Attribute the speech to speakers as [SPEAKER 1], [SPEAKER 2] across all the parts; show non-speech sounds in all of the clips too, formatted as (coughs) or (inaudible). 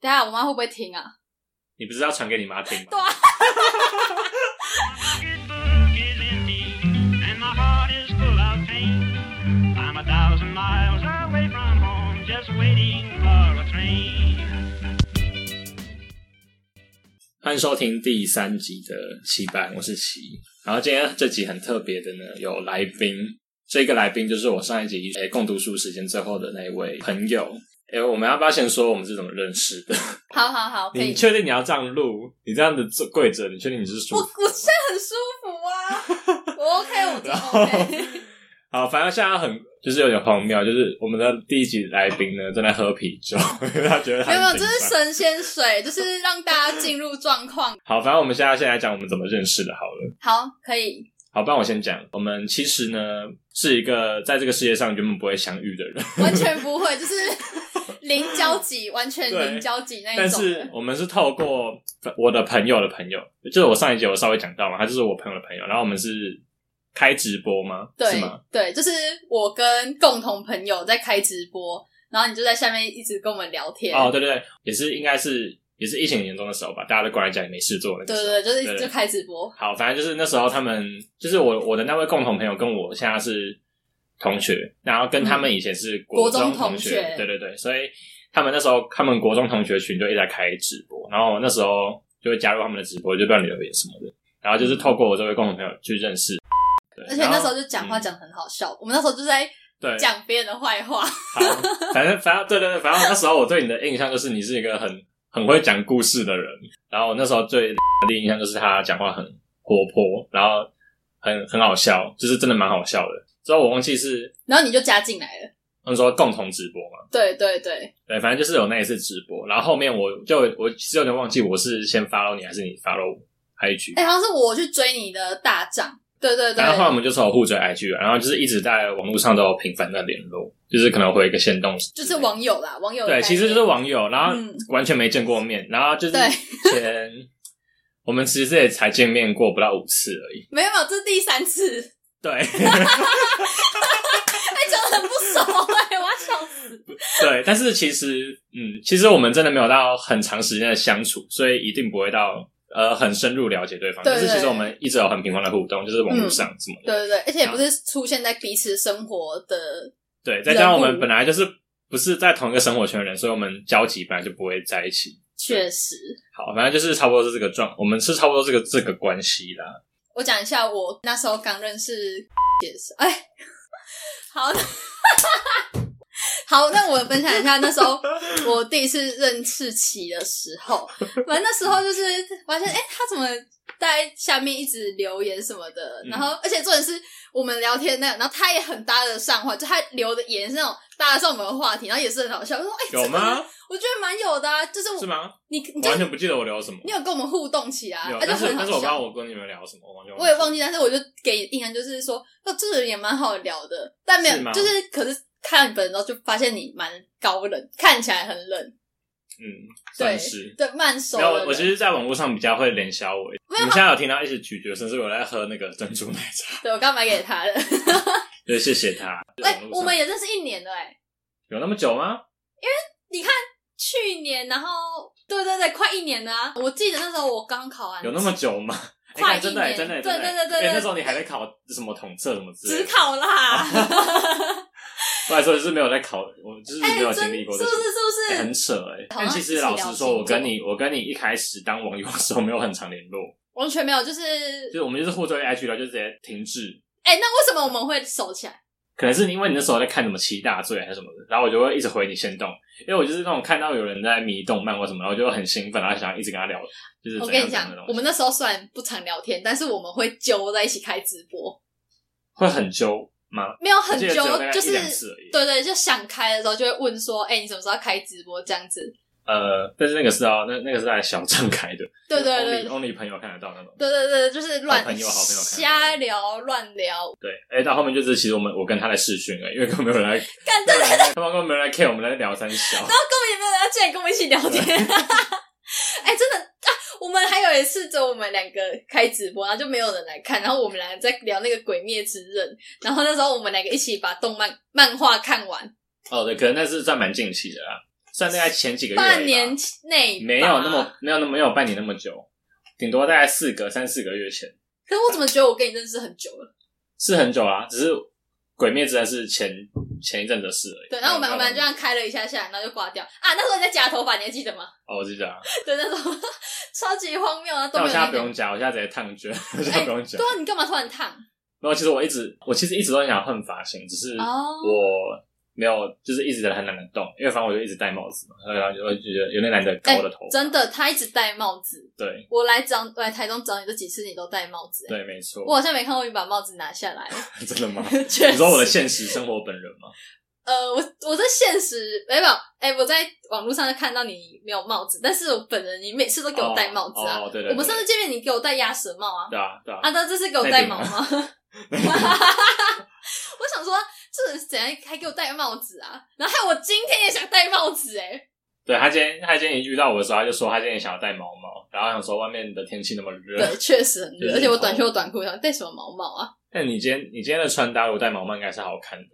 [SPEAKER 1] 等一下我妈会不会听啊？
[SPEAKER 2] 你不是要传给你妈听吗？
[SPEAKER 1] 对啊
[SPEAKER 3] Pocket book is empty, and my heart is full of pain. I'm a thousand miles away from home, just waiting for a train.
[SPEAKER 2] 欢迎收听第三集的七班，我是七。然后今天这集很特别的呢，有来宾。这个来宾就是我上一集诶、共读书时间最后的那一位朋友。诶、我们要不要先说我们是怎么认识的？
[SPEAKER 1] 好好好，可以
[SPEAKER 2] (laughs) 你。确定你要这样录？你这样子坐跪着，你确定你是舒
[SPEAKER 1] 我
[SPEAKER 2] 服？
[SPEAKER 1] 我现在很舒服啊，
[SPEAKER 2] (laughs)
[SPEAKER 1] 我 OK，我真
[SPEAKER 2] 然
[SPEAKER 1] 的
[SPEAKER 2] 后
[SPEAKER 1] OK。
[SPEAKER 2] (laughs) 好，反正现在很就是有点荒谬，就是我们的第一集来宾呢正在喝啤酒， (laughs) 因为他觉得他
[SPEAKER 1] 没有没有，
[SPEAKER 2] 很
[SPEAKER 1] 这
[SPEAKER 2] 紧
[SPEAKER 1] 是
[SPEAKER 2] 张
[SPEAKER 1] 神仙水，就是让大家进入状况。
[SPEAKER 2] 好，反正我们现在先来讲我们怎么认识的，好了。
[SPEAKER 1] 好，可以。
[SPEAKER 2] 好，不然我先讲。我们其实呢是一个在这个世界上原本不会相遇的人，
[SPEAKER 1] 完全不会，就是零交集，完全
[SPEAKER 2] 对
[SPEAKER 1] 零交集那一
[SPEAKER 2] 但
[SPEAKER 1] 种
[SPEAKER 2] 是
[SPEAKER 1] 的。
[SPEAKER 2] 我们是透过我的朋友的朋友，就是我上一节我稍微讲到嘛，他就是我朋友的朋友，然后我们是开直播吗？是
[SPEAKER 1] 对
[SPEAKER 2] 吗？
[SPEAKER 1] 对，就是我跟共同朋友在开直播，然后你就在下面一直跟我们聊天。
[SPEAKER 2] 哦，对对对，也是应该是也是疫情严重的时候吧，大家都关在家里没事做那个
[SPEAKER 1] 对
[SPEAKER 2] 时候。
[SPEAKER 1] 对对，就是
[SPEAKER 2] 对
[SPEAKER 1] 一
[SPEAKER 2] 对
[SPEAKER 1] 直就开直播。
[SPEAKER 2] 好，反正就是那时候他们，就是我我的那位共同朋友跟我现在是同学，然后跟他们以前是
[SPEAKER 1] 嗯国
[SPEAKER 2] 中
[SPEAKER 1] 中
[SPEAKER 2] 同
[SPEAKER 1] 同学
[SPEAKER 2] 对对对，所以他们那时候他们国中同学群就一直在开直播，然后我那时候就会加入他们的直播，就不知道留言什么的，然后就是透过我这位共同朋友去认识，对
[SPEAKER 1] 而且那时候就讲话
[SPEAKER 2] 嗯
[SPEAKER 1] 讲得很好笑，我们那时候就在
[SPEAKER 2] 对，
[SPEAKER 1] 讲别人的坏话，
[SPEAKER 2] 好，反正反正对对对，反正那时候我对你的印象就是你是一个很很会讲故事的人，然后我那时候对的印象就是他讲话很活泼，然后很很好笑，就是真的蛮好笑的。之后我忘记是
[SPEAKER 1] 然后你就加进来了。
[SPEAKER 2] 那时候共同直播嘛，
[SPEAKER 1] 对对对，
[SPEAKER 2] 对，反正就是有那一次直播，然后后面我就我其实有点忘记我是先 follow 你还是你 follow IG，
[SPEAKER 1] 哎、好像是我去追你的大账。对对对
[SPEAKER 2] 然，后后啊来我们就是有互追 IG，然后就是一直在网络上都有频繁的联络，就是可能回一个线动之类的，
[SPEAKER 1] 就是网友啦，网友的
[SPEAKER 2] 对，
[SPEAKER 1] 概
[SPEAKER 2] 其实就是
[SPEAKER 1] 念
[SPEAKER 2] 网友，然后
[SPEAKER 1] 嗯
[SPEAKER 2] 完全没见过面，然后就是
[SPEAKER 1] 对
[SPEAKER 2] 前 (laughs) 我们其实也才见面过不到五次而已。
[SPEAKER 1] 没有，没有，这是第三次，
[SPEAKER 2] 对 (laughs)
[SPEAKER 1] 哎、讲的很不熟哎、我要笑死。
[SPEAKER 2] 对，但是其实嗯，其实我们真的没有到很长时间的相处，所以一定不会到呃很深入了解对方。
[SPEAKER 1] 对
[SPEAKER 2] 但是其实
[SPEAKER 1] 对嗯
[SPEAKER 2] 我们一直有很频繁的互动，就是网络上什么的。
[SPEAKER 1] 对对对，而且也不是出现在彼此生活的，
[SPEAKER 2] 对，再加上我
[SPEAKER 1] 人
[SPEAKER 2] 们
[SPEAKER 1] 物
[SPEAKER 2] 本来就是不是在同一个生活圈的人，所以我们交集本来就不会在一起。
[SPEAKER 1] 确实。
[SPEAKER 2] 好，反正就是差不多是这个状，我们是差不多这个这个关系啦。
[SPEAKER 1] 我讲一下，我那时候刚认识也是，哎，好的，好，那我分享一下那时候我第一次认识琪的时候，反正那时候就是发现，哎、他怎么在下面一直留言什么的，
[SPEAKER 2] 嗯
[SPEAKER 1] 然后而且重点是我们聊天那个，然后他也很搭得上话，就他留的言是那种搭得上我们的话题，然后也是很好笑，我说哎、
[SPEAKER 2] 有吗？
[SPEAKER 1] 我觉得蛮有的、啊，就是我
[SPEAKER 2] 是吗？
[SPEAKER 1] 你你
[SPEAKER 2] 我
[SPEAKER 1] 就
[SPEAKER 2] 完全不记得我聊什么。
[SPEAKER 1] 你有跟我们互动起来啊，
[SPEAKER 2] 有，
[SPEAKER 1] 而且
[SPEAKER 2] 但是
[SPEAKER 1] 很好
[SPEAKER 2] 但
[SPEAKER 1] 笑
[SPEAKER 2] 是我不知道我跟你们聊什么，我忘记了。
[SPEAKER 1] 我也忘记，但是我就给印象就是说，哦，这个人也蛮好聊的，但没有
[SPEAKER 2] 是，吗
[SPEAKER 1] 就是可是看你本人之后就发现你蛮高冷，看起来很冷，
[SPEAKER 2] 嗯，
[SPEAKER 1] 对
[SPEAKER 2] 算是。
[SPEAKER 1] 对，慢熟
[SPEAKER 2] 没有，
[SPEAKER 1] 的
[SPEAKER 2] 我
[SPEAKER 1] 人。
[SPEAKER 2] 我其实，在网络上比较会连销我。你们现在有听到一直咀嚼声，是我在喝那个珍珠奶茶。
[SPEAKER 1] 对我刚买给他
[SPEAKER 2] (laughs)
[SPEAKER 1] 的，
[SPEAKER 2] 对，谢谢他。
[SPEAKER 1] 哎、
[SPEAKER 2] 网络上
[SPEAKER 1] 我们也认识一年了、哎，
[SPEAKER 2] 有那么久吗？
[SPEAKER 1] 去年，然后对对对，快一年了、啊，我记得那时候我刚考完，
[SPEAKER 2] 有那么久吗？
[SPEAKER 1] (laughs)
[SPEAKER 2] 哎
[SPEAKER 1] 快
[SPEAKER 2] 看真的
[SPEAKER 1] 一年
[SPEAKER 2] 欸真的欸
[SPEAKER 1] 对
[SPEAKER 2] 真的
[SPEAKER 1] 对
[SPEAKER 2] 欸。
[SPEAKER 1] 对对对
[SPEAKER 2] 哎那时候你还在考什么统测什么之类
[SPEAKER 1] 只
[SPEAKER 2] 的。。啊
[SPEAKER 1] 考啦， (laughs)
[SPEAKER 2] 我来说就是没有在考，我就是
[SPEAKER 1] 哎、
[SPEAKER 2] 没有
[SPEAKER 1] 真
[SPEAKER 2] 经历过
[SPEAKER 1] 是
[SPEAKER 2] 这
[SPEAKER 1] 不
[SPEAKER 2] 些
[SPEAKER 1] 是。是不
[SPEAKER 2] 哎
[SPEAKER 1] 是？
[SPEAKER 2] 很扯哎、
[SPEAKER 1] 好像
[SPEAKER 2] 但其实
[SPEAKER 1] 一起
[SPEAKER 2] 老
[SPEAKER 1] 聊
[SPEAKER 2] 实
[SPEAKER 1] 星
[SPEAKER 2] 说，我跟
[SPEAKER 1] 座
[SPEAKER 2] 你我跟你一开始当网友的时候没有很常联络，
[SPEAKER 1] 完全没有，就是
[SPEAKER 2] 就是我们就是互追 IG 聊就直接停滞，
[SPEAKER 1] 哎、那为什么我们会熟起来？
[SPEAKER 2] 可能是因为你那时候在看什么七大罪还是什么的，然后我就会一直回你先动，因为我就是那种看到有人在迷动漫或什么，然后我就会很兴奋，然后想要一直跟他聊，就是
[SPEAKER 1] 我
[SPEAKER 2] 怎
[SPEAKER 1] 跟
[SPEAKER 2] 样
[SPEAKER 1] 你
[SPEAKER 2] 怎样
[SPEAKER 1] 讲
[SPEAKER 2] 的东，西
[SPEAKER 1] 我们那时候虽然不常聊天，但是我们会揪在一起开直播。
[SPEAKER 2] 会很揪吗？
[SPEAKER 1] 没有很
[SPEAKER 2] 我记得只有大
[SPEAKER 1] 久，
[SPEAKER 2] 概
[SPEAKER 1] 就
[SPEAKER 2] 一
[SPEAKER 1] 是
[SPEAKER 2] 两次而已
[SPEAKER 1] 对对，就想开的时候就会问说，哎、你什么时候要开直播这样子？
[SPEAKER 2] 呃，但是那个是要那那个是在小站开的，
[SPEAKER 1] 对对
[SPEAKER 2] 就是
[SPEAKER 1] 对
[SPEAKER 2] only only 朋友看得到那种。
[SPEAKER 1] 对对对，就是乱
[SPEAKER 2] 好朋友好朋友看
[SPEAKER 1] 瞎聊乱聊，
[SPEAKER 2] 对，哎、到后面就是其实我们我跟他在视讯了，因为根本没有人来，啊
[SPEAKER 1] 干对，然
[SPEAKER 2] 他们根本没有人来 care 我们在聊
[SPEAKER 1] (laughs)
[SPEAKER 2] 三小。
[SPEAKER 1] 后根本也没有人要进来跟我们一起聊天。哎、真的啊，我们还有一次只有我们两个开直播，然后就没有人来看，然后我们俩在聊那个《鬼灭之刃》，然后那时候我们两个一起把动漫漫画看完，
[SPEAKER 2] 哦，对，可能那是算蛮近期的啦，算大概前几个月而已吧，
[SPEAKER 1] 半年内吧
[SPEAKER 2] 没有那么。没有那么没有半年那么久，顶多大概四个三四个月前
[SPEAKER 1] (laughs) 可我怎么觉得我跟你认识很久了？
[SPEAKER 2] 是很久啦，只是《鬼灭之刃》是前前一阵子的事而已。
[SPEAKER 1] 对，然后我们我们就这
[SPEAKER 2] 样
[SPEAKER 1] 样开了一下下，然后就挂掉啊。那时候你在夹头发，你还记得吗？ (laughs)
[SPEAKER 2] 哦，我记得啊，
[SPEAKER 1] 对，那时候 (laughs) 超级荒谬啊，都没
[SPEAKER 2] 但我
[SPEAKER 1] 有
[SPEAKER 2] 现在
[SPEAKER 1] 那
[SPEAKER 2] 不
[SPEAKER 1] 个
[SPEAKER 2] 用讲，我现在直接烫卷， (laughs) 我现在不用讲
[SPEAKER 1] 对。啊，你干嘛突然烫？
[SPEAKER 2] 然后其实我一直，我其实一直都很想换发型，只是
[SPEAKER 1] 哦
[SPEAKER 2] 我没有，就是一直很懒得动，因为反正我就一直戴帽子嘛，然后就会觉得有点懒得搞我的头发。
[SPEAKER 1] 哎真的，他一直戴帽子。
[SPEAKER 2] 对
[SPEAKER 1] 我来找来台中找你这几次，你都戴帽子、欸。
[SPEAKER 2] 对，没错
[SPEAKER 1] 我。好像没看过你把帽子拿下来。
[SPEAKER 2] (laughs)
[SPEAKER 1] (laughs)
[SPEAKER 2] 真的吗？
[SPEAKER 1] 确实
[SPEAKER 2] 你说我的现实生活本人
[SPEAKER 1] (laughs)
[SPEAKER 2] 吗？
[SPEAKER 1] 呃，我我在现实没有，哎、我在网络上看到你没有帽子，但是我本人你每次都给我戴帽子啊。
[SPEAKER 2] 哦，哦对对对。
[SPEAKER 1] 我们上次见面你给我戴鸭舌帽啊，
[SPEAKER 2] 对啊对啊
[SPEAKER 1] 啊，那这次给我戴毛
[SPEAKER 2] (laughs)
[SPEAKER 1] 吗？ (laughs) 我想说，这人怎样还给我戴帽子啊？然后害我今天也想戴帽子哎、
[SPEAKER 2] (laughs) 对他今天他今天一遇到我的时候，他就说他今天想要戴毛毛，然后想说外面的天气那么热。
[SPEAKER 1] 对，确实很
[SPEAKER 2] 就是
[SPEAKER 1] 热，而且我
[SPEAKER 2] 头
[SPEAKER 1] 短袖短裤，想戴什么毛毛啊？
[SPEAKER 2] 但你今天你今天的穿搭，如果戴毛毛应该是好看的。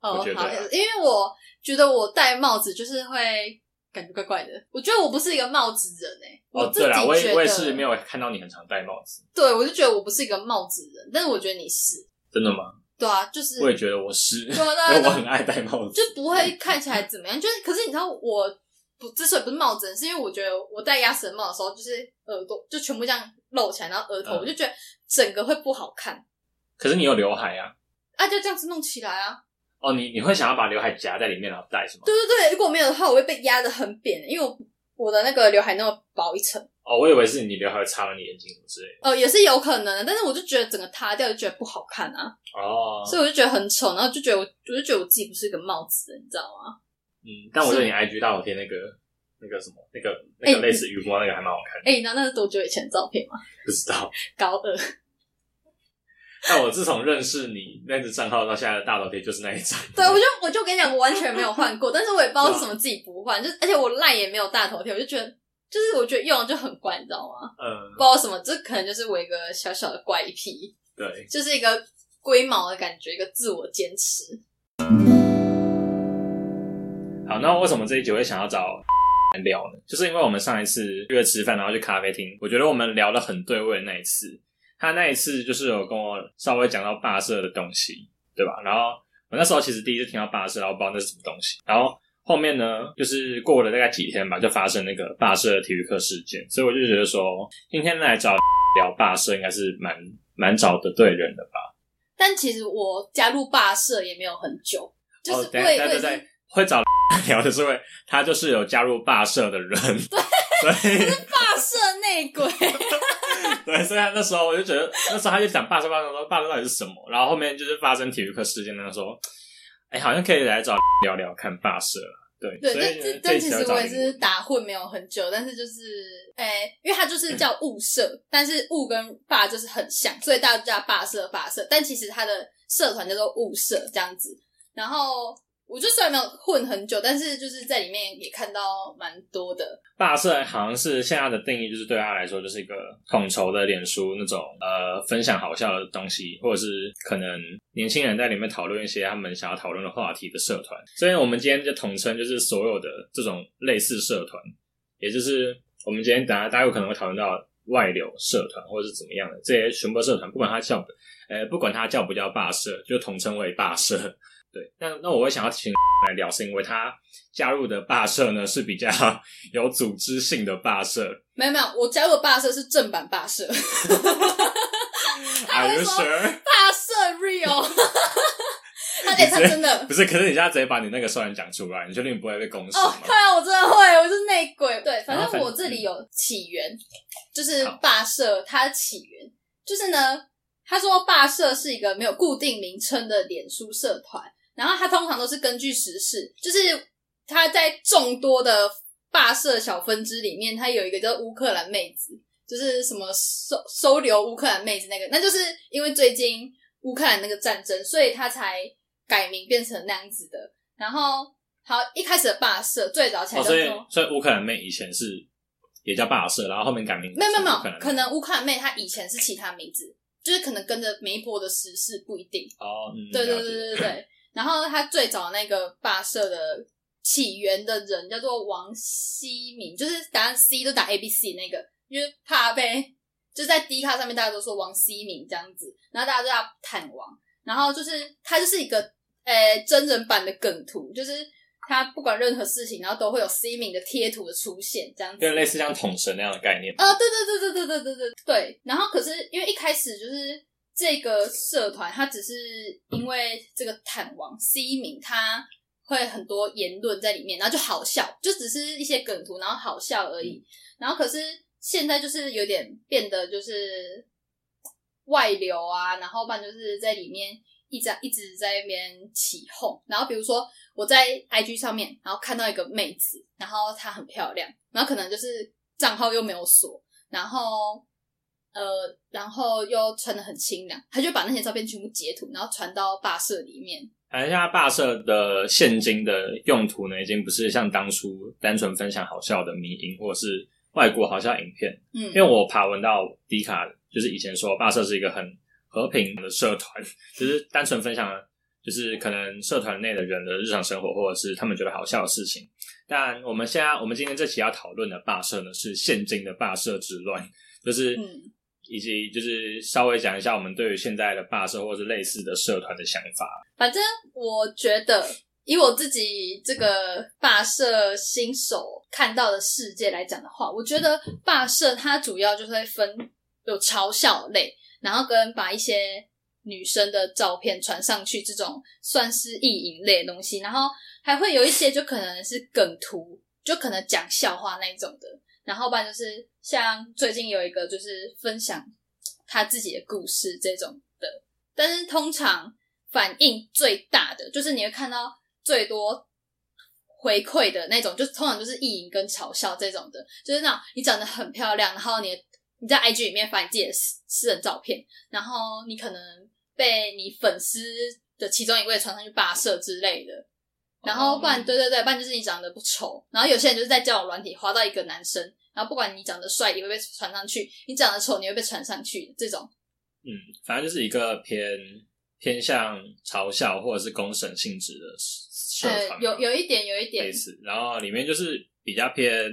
[SPEAKER 1] 哦，
[SPEAKER 2] 我
[SPEAKER 1] 好，
[SPEAKER 2] 觉得啊
[SPEAKER 1] 因为我觉得我戴帽子就是会感觉怪怪的。我觉得我不是一个帽子人哎、
[SPEAKER 2] 哦，
[SPEAKER 1] 自己
[SPEAKER 2] 对啦，我
[SPEAKER 1] 觉
[SPEAKER 2] 也
[SPEAKER 1] 得
[SPEAKER 2] 我也是没，有看到你很常戴帽子，
[SPEAKER 1] 对我就觉得我不是一个帽子人，但是我觉得你是，
[SPEAKER 2] 真的吗？
[SPEAKER 1] 对啊，就是
[SPEAKER 2] 我也觉得我是，因
[SPEAKER 1] 对啊
[SPEAKER 2] 为
[SPEAKER 1] 对
[SPEAKER 2] (laughs) 我
[SPEAKER 1] 啊
[SPEAKER 2] 很爱戴帽子
[SPEAKER 1] 就。不会看起来怎么样。就是，可是你知道我。不，之所以不是帽子人，是因为我觉得我戴鸭舌帽的时候，就是耳朵就全部这样露起来，然后额头，
[SPEAKER 2] 嗯
[SPEAKER 1] 我就觉得整个会不好看
[SPEAKER 2] 可是你有刘海啊？
[SPEAKER 1] 啊，就这样子弄起来啊。
[SPEAKER 2] 哦，你你会想要把刘海夹在里面然后戴是吗？
[SPEAKER 1] 对对对，如果没有的话，我会被压得很扁，因为我我的那个刘海那么薄一层，
[SPEAKER 2] 哦，我以为是你刘海会插到你眼睛什么之类
[SPEAKER 1] 呃，也是有可能的。但是我就觉得整个塌掉，就觉得不好看啊，
[SPEAKER 2] 的。哦，
[SPEAKER 1] 所以我就觉得很丑，然后就觉得我，我就觉得我自己不是一个帽子人，你知道吗？
[SPEAKER 2] 嗯，但我对你 IG 大头贴那个那个什么那个那个
[SPEAKER 1] 哎
[SPEAKER 2] 类似雨墨那个还蛮好看的，
[SPEAKER 1] 哎、你知道那是多久以前的照片吗？
[SPEAKER 2] 不知道。 (laughs)
[SPEAKER 1] 高二，
[SPEAKER 2] 但我自从认识你那只账号到现在的大头贴就是那一张。
[SPEAKER 1] 对我就我就跟你讲，我完全没有换过，但是我也不知
[SPEAKER 2] 啊
[SPEAKER 1] 道是什么自己不换，就是而且我赖也没有大头贴，我就觉得就是我觉得用了就很怪，你知道吗？
[SPEAKER 2] 嗯
[SPEAKER 1] 不，知道什么，这可能就是我一个小小的怪癖。
[SPEAKER 2] 对，
[SPEAKER 1] 就是一个龟毛的感觉，一个自我坚持。
[SPEAKER 2] 好，那为什么这一集会想要找聊呢？就是因为我们上一次约吃饭，然后去咖啡厅，我觉得我们聊的很对味的那一次。他那一次就是有跟我稍微讲到霸社的东西，对吧？然后我那时候其实第一次听到霸社，然后不知道那是什么东西。然后后面呢，就是过了大概几天吧，就发生那个霸社的体育课事件，所以我就觉得说，今天来找聊霸社应该是蛮蛮找的对人的吧。
[SPEAKER 1] 但其实我加入霸社也没有很久，就
[SPEAKER 2] 哦
[SPEAKER 1] 是，
[SPEAKER 2] 等
[SPEAKER 1] 我
[SPEAKER 2] 一
[SPEAKER 1] 也
[SPEAKER 2] 下
[SPEAKER 1] 我
[SPEAKER 2] 对
[SPEAKER 1] 也
[SPEAKER 2] 对对
[SPEAKER 1] 是，
[SPEAKER 2] 会找 (laughs) 聊的是会，他就是有加入霸社的人，对，所以
[SPEAKER 1] 霸社内鬼。
[SPEAKER 2] (laughs) 对，所以他那时候我就觉得，那时候他就讲霸社霸社说霸社到底是什么，然后后面就是发生体育课事件，那时候，哎，好像可以来找聊聊看霸社了，对，
[SPEAKER 1] 对，
[SPEAKER 2] 所以
[SPEAKER 1] 但
[SPEAKER 2] 呢
[SPEAKER 1] 这但
[SPEAKER 2] 一
[SPEAKER 1] 其
[SPEAKER 2] 期要
[SPEAKER 1] 实
[SPEAKER 2] 找
[SPEAKER 1] 我也
[SPEAKER 2] 你
[SPEAKER 1] 是打混没有很久，但是就是，诶、因为它
[SPEAKER 2] 嗯
[SPEAKER 1] 就是叫雾社，但是雾跟霸就是很像，所以大家就叫霸社霸社。但其实它的社团叫做雾社这样子。然后我就虽然没有混很久，但是就是在里面也看到蛮多的，
[SPEAKER 2] 霸社好像是现在的定义，就是对他来说就是一个统筹的脸书那种呃分享好笑的东西，或者是可能年轻人在里面讨论一些他们想要讨论的话题的社团。所以我们今天就统称就是所有的这种类似社团，也就是呃我们今天大家大家有可能会讨论到外流社团或者是怎么样的这些全部社团，不管它叫呃不管它叫不叫霸社，就统称为霸社。对，那那我会想要请 (laughs) 来聊，是因为他加入的霸社呢是比较有组织性的霸社。
[SPEAKER 1] 没有没有，我加入的霸社是正版霸社， (laughs) 他会
[SPEAKER 2] Are you
[SPEAKER 1] 说
[SPEAKER 2] sure？
[SPEAKER 1] 霸社
[SPEAKER 2] (laughs)
[SPEAKER 1] real，他哎、他真的
[SPEAKER 2] 不是，可是你现在直接把你那个社团讲出来，你确定不会被公审
[SPEAKER 1] 哦
[SPEAKER 2] 吗，？
[SPEAKER 1] 对啊，我真的会，我是内鬼。对，反
[SPEAKER 2] 然
[SPEAKER 1] 正
[SPEAKER 2] 后反嗯
[SPEAKER 1] 我这里有起源，就是霸社它的起源，就是呢，他说霸社是一个没有固定名称的脸书社团，然后它通常都是根据时事，就是它在众多的霸社小分支里面，它有一个叫乌克兰妹子，就是什么收收留乌克兰妹子那个，那就是因为最近乌克兰那个战争，所以它才改名变成那样子的。然后，好，一开始的霸社最早起来
[SPEAKER 2] 哦，
[SPEAKER 1] 叫
[SPEAKER 2] 所
[SPEAKER 1] 做、
[SPEAKER 2] 以所以乌克兰妹以前是也叫霸社，然后后面改名
[SPEAKER 1] 没有没有没
[SPEAKER 2] 乌克兰
[SPEAKER 1] 有，
[SPEAKER 2] 妹
[SPEAKER 1] 可能乌克兰妹她以前是其他名字，就是可能跟着媒婆的时事不一定。
[SPEAKER 2] 哦，嗯，
[SPEAKER 1] 对对
[SPEAKER 2] 了解
[SPEAKER 1] 对对对对。然后他最早那个霸社的起源的人叫做王希明，就是答案 C 都打 A B C 那个，因为怕被就在 D 卡上面大家都说王希明这样子，然后大家都叫他坦王，然后就是他就是一个呃真人版的梗图，就是他不管任何事情，然后都会有 C 明的贴图的出现这样
[SPEAKER 2] 有
[SPEAKER 1] 子
[SPEAKER 2] 点。类似像统神那样的概念。
[SPEAKER 1] 啊，对对对对对对对对对。然后可是因为一开始就是这个社团，它只是因为这个坦王 C 名，他会很多言论在里面，然后就好笑，就只是一些梗图，然后好笑而已。然后可是现在就是有点变得就是外流啊，然后不然就是在里面一直一直在那边起哄。然后比如说我在 IG 上面，然后看到一个妹子，然后她很漂亮，然后可能就是账号又没有锁，然后呃，然后又穿的很清凉，她就把那些照片全部截图，然后传到霸社里面。
[SPEAKER 2] 反正现在霸社的现金的用途呢，已经不是像当初单纯分享好笑的迷音或者是外国好笑影片。
[SPEAKER 1] 嗯
[SPEAKER 2] 因为我爬文到迪卡，就是以前说霸社是一个很和平的社团，就是单纯分享，就是可能社团内的人的日常生活或者是他们觉得好笑的事情。但我们现在，我们今天这期要讨论的霸社呢，是现今的霸社之乱，就是、
[SPEAKER 1] 嗯
[SPEAKER 2] 以及就是稍微讲一下我们对于现在的霸社或是类似的社团的想法。
[SPEAKER 1] 反正我觉得，以我自己这个霸社新手看到的世界来讲的话，我觉得霸社它主要就是会分有嘲笑类，然后跟把一些女生的照片传上去，这种算是意淫类的东西，然后还会有一些就可能是梗图，就可能讲笑话那一种的，然后不然就是像最近有一个就是分享他自己的故事这种的，但是通常反应最大的就是你会看到最多回馈的那种，就是通常就是意淫跟嘲笑这种的，就是那种你长得很漂亮，然后你你在 IG 里面发你自己的私私人照片，然后你可能被你粉丝的其中一位传上去霸社之类的。然后不然
[SPEAKER 2] 哦
[SPEAKER 1] 对对对，不然就是你长得不丑，然后有些人就是在交友软体滑到一个男生，然后不管你长得帅也会被传上去，你长得丑你会被传上去，这种
[SPEAKER 2] 嗯，反正就是一个偏偏向嘲笑或者是公审性质的社
[SPEAKER 1] 呃
[SPEAKER 2] 团吧、
[SPEAKER 1] 有有一点有一点
[SPEAKER 2] 类似，然后里面就是比较偏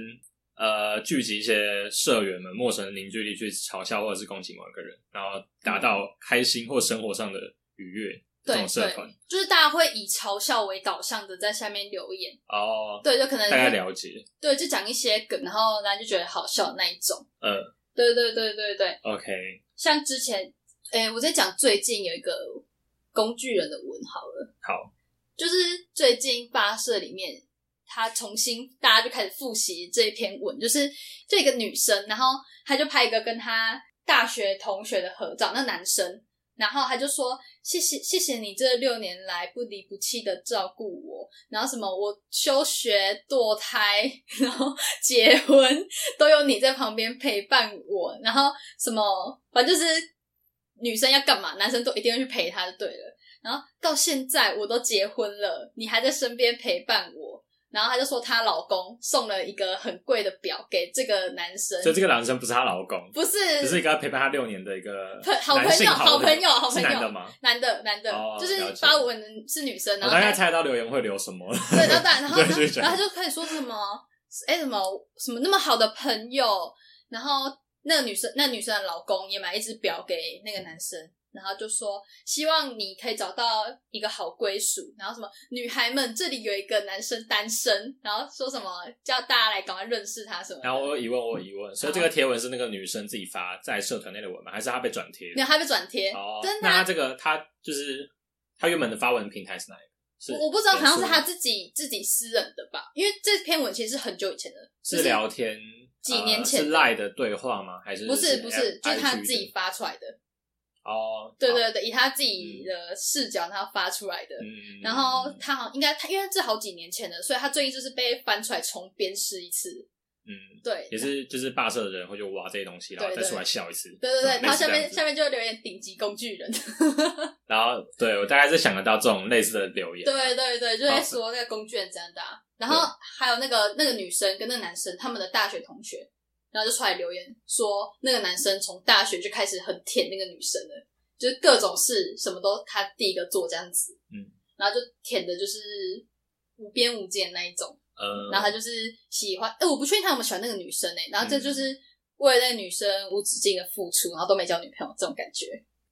[SPEAKER 2] 呃聚集一些社员们、陌生人、邻居力去嘲笑或者是攻击某一个人，然后达到开心或生活上的愉悦这
[SPEAKER 1] 嗯对
[SPEAKER 2] 种社团
[SPEAKER 1] 对，就是大家会以嘲笑为导向的在下面留言，
[SPEAKER 2] 哦，
[SPEAKER 1] 对，就可能
[SPEAKER 2] 大概了解。
[SPEAKER 1] 对，就讲一些梗，然后大家就觉得好笑的那一种，
[SPEAKER 2] 嗯，
[SPEAKER 1] 对对对对对，
[SPEAKER 2] OK，
[SPEAKER 1] 像之前，诶、我在讲最近有一个工具人的文好了，
[SPEAKER 2] 好，
[SPEAKER 1] 就是最近八社里面，他重新大家就开始复习这篇文，就是这个女生，然后她就拍一个跟她大学同学的合照，那男生，然后他就说谢谢谢谢你这六年来不离不弃的照顾我，然后什么我休学堕胎，然后结婚都有你在旁边陪伴我，然后什么反正就是女生要干嘛，男生都一定会去陪她就对了。然后到现在我都结婚了，你还在身边陪伴我。然后她就说她老公送了一个很贵的表给这个男生，
[SPEAKER 2] 所以这个男生不是她老公，
[SPEAKER 1] 不是
[SPEAKER 2] 只是一个陪伴她六年的一
[SPEAKER 1] (laughs)
[SPEAKER 2] 个
[SPEAKER 1] 朋好朋友
[SPEAKER 2] 男性
[SPEAKER 1] 好朋友好
[SPEAKER 2] 是
[SPEAKER 1] 朋友
[SPEAKER 2] 男的吗？
[SPEAKER 1] 男的，男的，
[SPEAKER 2] 哦
[SPEAKER 1] 就是
[SPEAKER 2] 了解
[SPEAKER 1] 发文的是女生，
[SPEAKER 2] 我
[SPEAKER 1] 然后
[SPEAKER 2] 大概
[SPEAKER 1] 她
[SPEAKER 2] 猜到留言会留什么了。
[SPEAKER 1] (laughs) 对，然后然后然后
[SPEAKER 2] 对就是这样
[SPEAKER 1] 然后就开始说什么，哎、什么什么那么好的朋友，然后那个女生那女生的老公也买一只表给那个男生，然后就说希望你可以找到一个好归属，然后什么女孩们这里有一个男生单身，然后说什么叫大家来赶快认识他什么的，
[SPEAKER 2] 然后我有疑问，我有疑问，所以这个贴文是那个女生自己发在社团内的文吗？还是她被转贴？
[SPEAKER 1] 没有他被转贴，啊
[SPEAKER 2] 哦，
[SPEAKER 1] 但是
[SPEAKER 2] 那
[SPEAKER 1] 他
[SPEAKER 2] 她这个她就是她原本的发文平台是哪一个？是
[SPEAKER 1] 我我不知道，好像是他
[SPEAKER 2] 脸书
[SPEAKER 1] 自己自己私人的吧，因为这篇文其实是很久以前的，就是
[SPEAKER 2] 聊天
[SPEAKER 1] 几年前
[SPEAKER 2] 呃、
[SPEAKER 1] 的
[SPEAKER 2] 是赖的对话吗？还是
[SPEAKER 1] 不是不是，就是他
[SPEAKER 2] IG 的
[SPEAKER 1] 自己发出来的，
[SPEAKER 2] 哦，
[SPEAKER 1] 对
[SPEAKER 2] 好，
[SPEAKER 1] 对对，以他自己的视角他发出来的。
[SPEAKER 2] 嗯，
[SPEAKER 1] 然后他好像应该他，因为这好几年前了，所以他最近就是被翻出来重编试一次。
[SPEAKER 2] 嗯
[SPEAKER 1] 对，
[SPEAKER 2] 也是就是霸社的人会就挖这些东西，然后
[SPEAKER 1] 对
[SPEAKER 2] 再
[SPEAKER 1] 对
[SPEAKER 2] 出来笑一次，
[SPEAKER 1] 对对对，
[SPEAKER 2] 嗯
[SPEAKER 1] 然后下
[SPEAKER 2] (laughs) 类
[SPEAKER 1] 面
[SPEAKER 2] 似这样子
[SPEAKER 1] 下面就留言顶级工具人，
[SPEAKER 2] 然后对我大概是想得到这种类似的留言，啊
[SPEAKER 1] 对对对，就在说那个工具人怎样的啊、然后还有那个那个女生跟那个男生他们的大学同学，然后就出来留言说那个男生从大学就开始很舔那个女生了，就是各种事什么都他第一个做这样子，
[SPEAKER 2] 嗯，
[SPEAKER 1] 然后就舔的就是无边无际的那一种。
[SPEAKER 4] 呃，
[SPEAKER 2] 嗯
[SPEAKER 1] 然后他就是喜欢，哎、我不确定他有没有喜欢那个女生哎、然后这
[SPEAKER 2] 嗯
[SPEAKER 1] 就是为了那个女生无止境的付出，然后都没交女朋友这种感觉。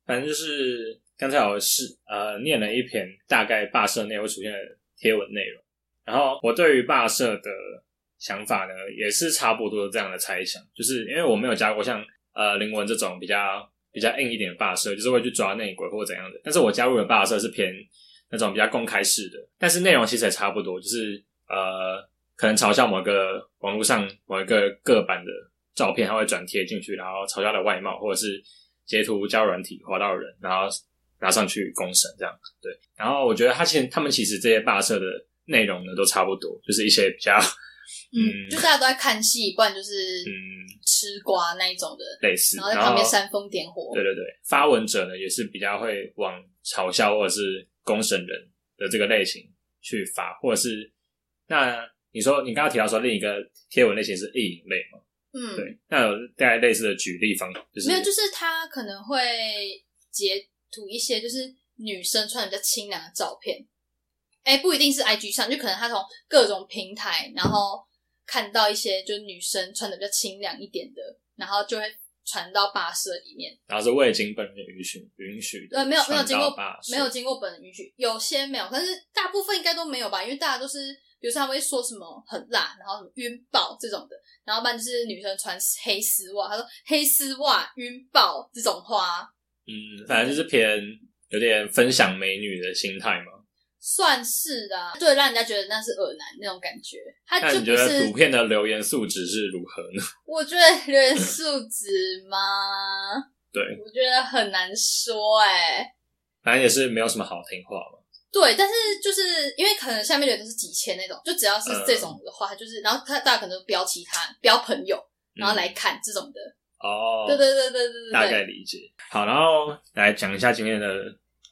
[SPEAKER 2] 反正就是刚才我是呃念了一篇大概霸社内会出现的贴文内容，然后我对于霸社的想法呢，也是差不多这样的猜想，就是因为我没有加过像呃林文这种比较比较硬一点的霸社，就是会去抓内鬼或怎样的，但是我加入的霸社是偏那种比较公开式的，但是内容其实也差不多，就是呃可能嘲笑某个网络上某一个个版的照片，他会转贴进去，然后嘲笑的外貌，或者是截图交友软体滑到人，然后拿上去公审这样。对，然后我觉得他其实他们其实这些霸社的内容呢都差不多，就是一些比较嗯
[SPEAKER 1] 嗯，就大家都在看戏，不然就是
[SPEAKER 2] 嗯
[SPEAKER 1] 吃瓜那一种的，
[SPEAKER 2] 类似，
[SPEAKER 1] 然后在旁边煽风点火。
[SPEAKER 2] 对对对，发文者呢也是比较会往嘲笑或者是公审人的这个类型去发，或者是那你说你刚刚提到说另一个贴文类型是意淫类嘛？
[SPEAKER 1] 嗯，
[SPEAKER 2] 对，那有大概类似的举例方，就是
[SPEAKER 1] 没有，就是他可能会截图一些就是女生穿的比较清凉的照片，哎、不一定是 IG 上，就可能他从各种平台，然后看到一些就是女生穿的比较清凉一点的，然后就会传到巴士里面。
[SPEAKER 2] 然后是未经本人允许允许的，
[SPEAKER 1] 对，呃没有没有经过没有
[SPEAKER 2] 经
[SPEAKER 1] 经过本人允许，有些没有，但是大部分应该都没有吧，因为大家都是，比如说他会说什么很辣，然后什么晕爆这种的，然后不然就是女生穿黑丝袜，她说黑丝袜晕爆这种话，
[SPEAKER 2] 嗯，反正就是偏有点分享美女的心态嘛。
[SPEAKER 1] 算是的、啊，对，让人家觉得那是恶男那种感觉，他
[SPEAKER 2] 那
[SPEAKER 1] 就
[SPEAKER 2] 你
[SPEAKER 1] 不
[SPEAKER 2] 觉得
[SPEAKER 1] 是
[SPEAKER 2] 图，片的留言素质是如何呢？
[SPEAKER 1] 我觉得有点素质吗？
[SPEAKER 2] 对，
[SPEAKER 1] 我觉得很难说哎、
[SPEAKER 2] 反正也是没有什么好听话嘛。
[SPEAKER 1] 对，但是就是因为可能下面的人都是几千那种，就只要是这种的话，他就是然后他大家可能都标其他标朋友，然后来
[SPEAKER 2] 嗯
[SPEAKER 1] 看这种的。
[SPEAKER 2] 哦，
[SPEAKER 1] 对对对对对对，
[SPEAKER 2] 大概理解。好，然后来讲一下今天的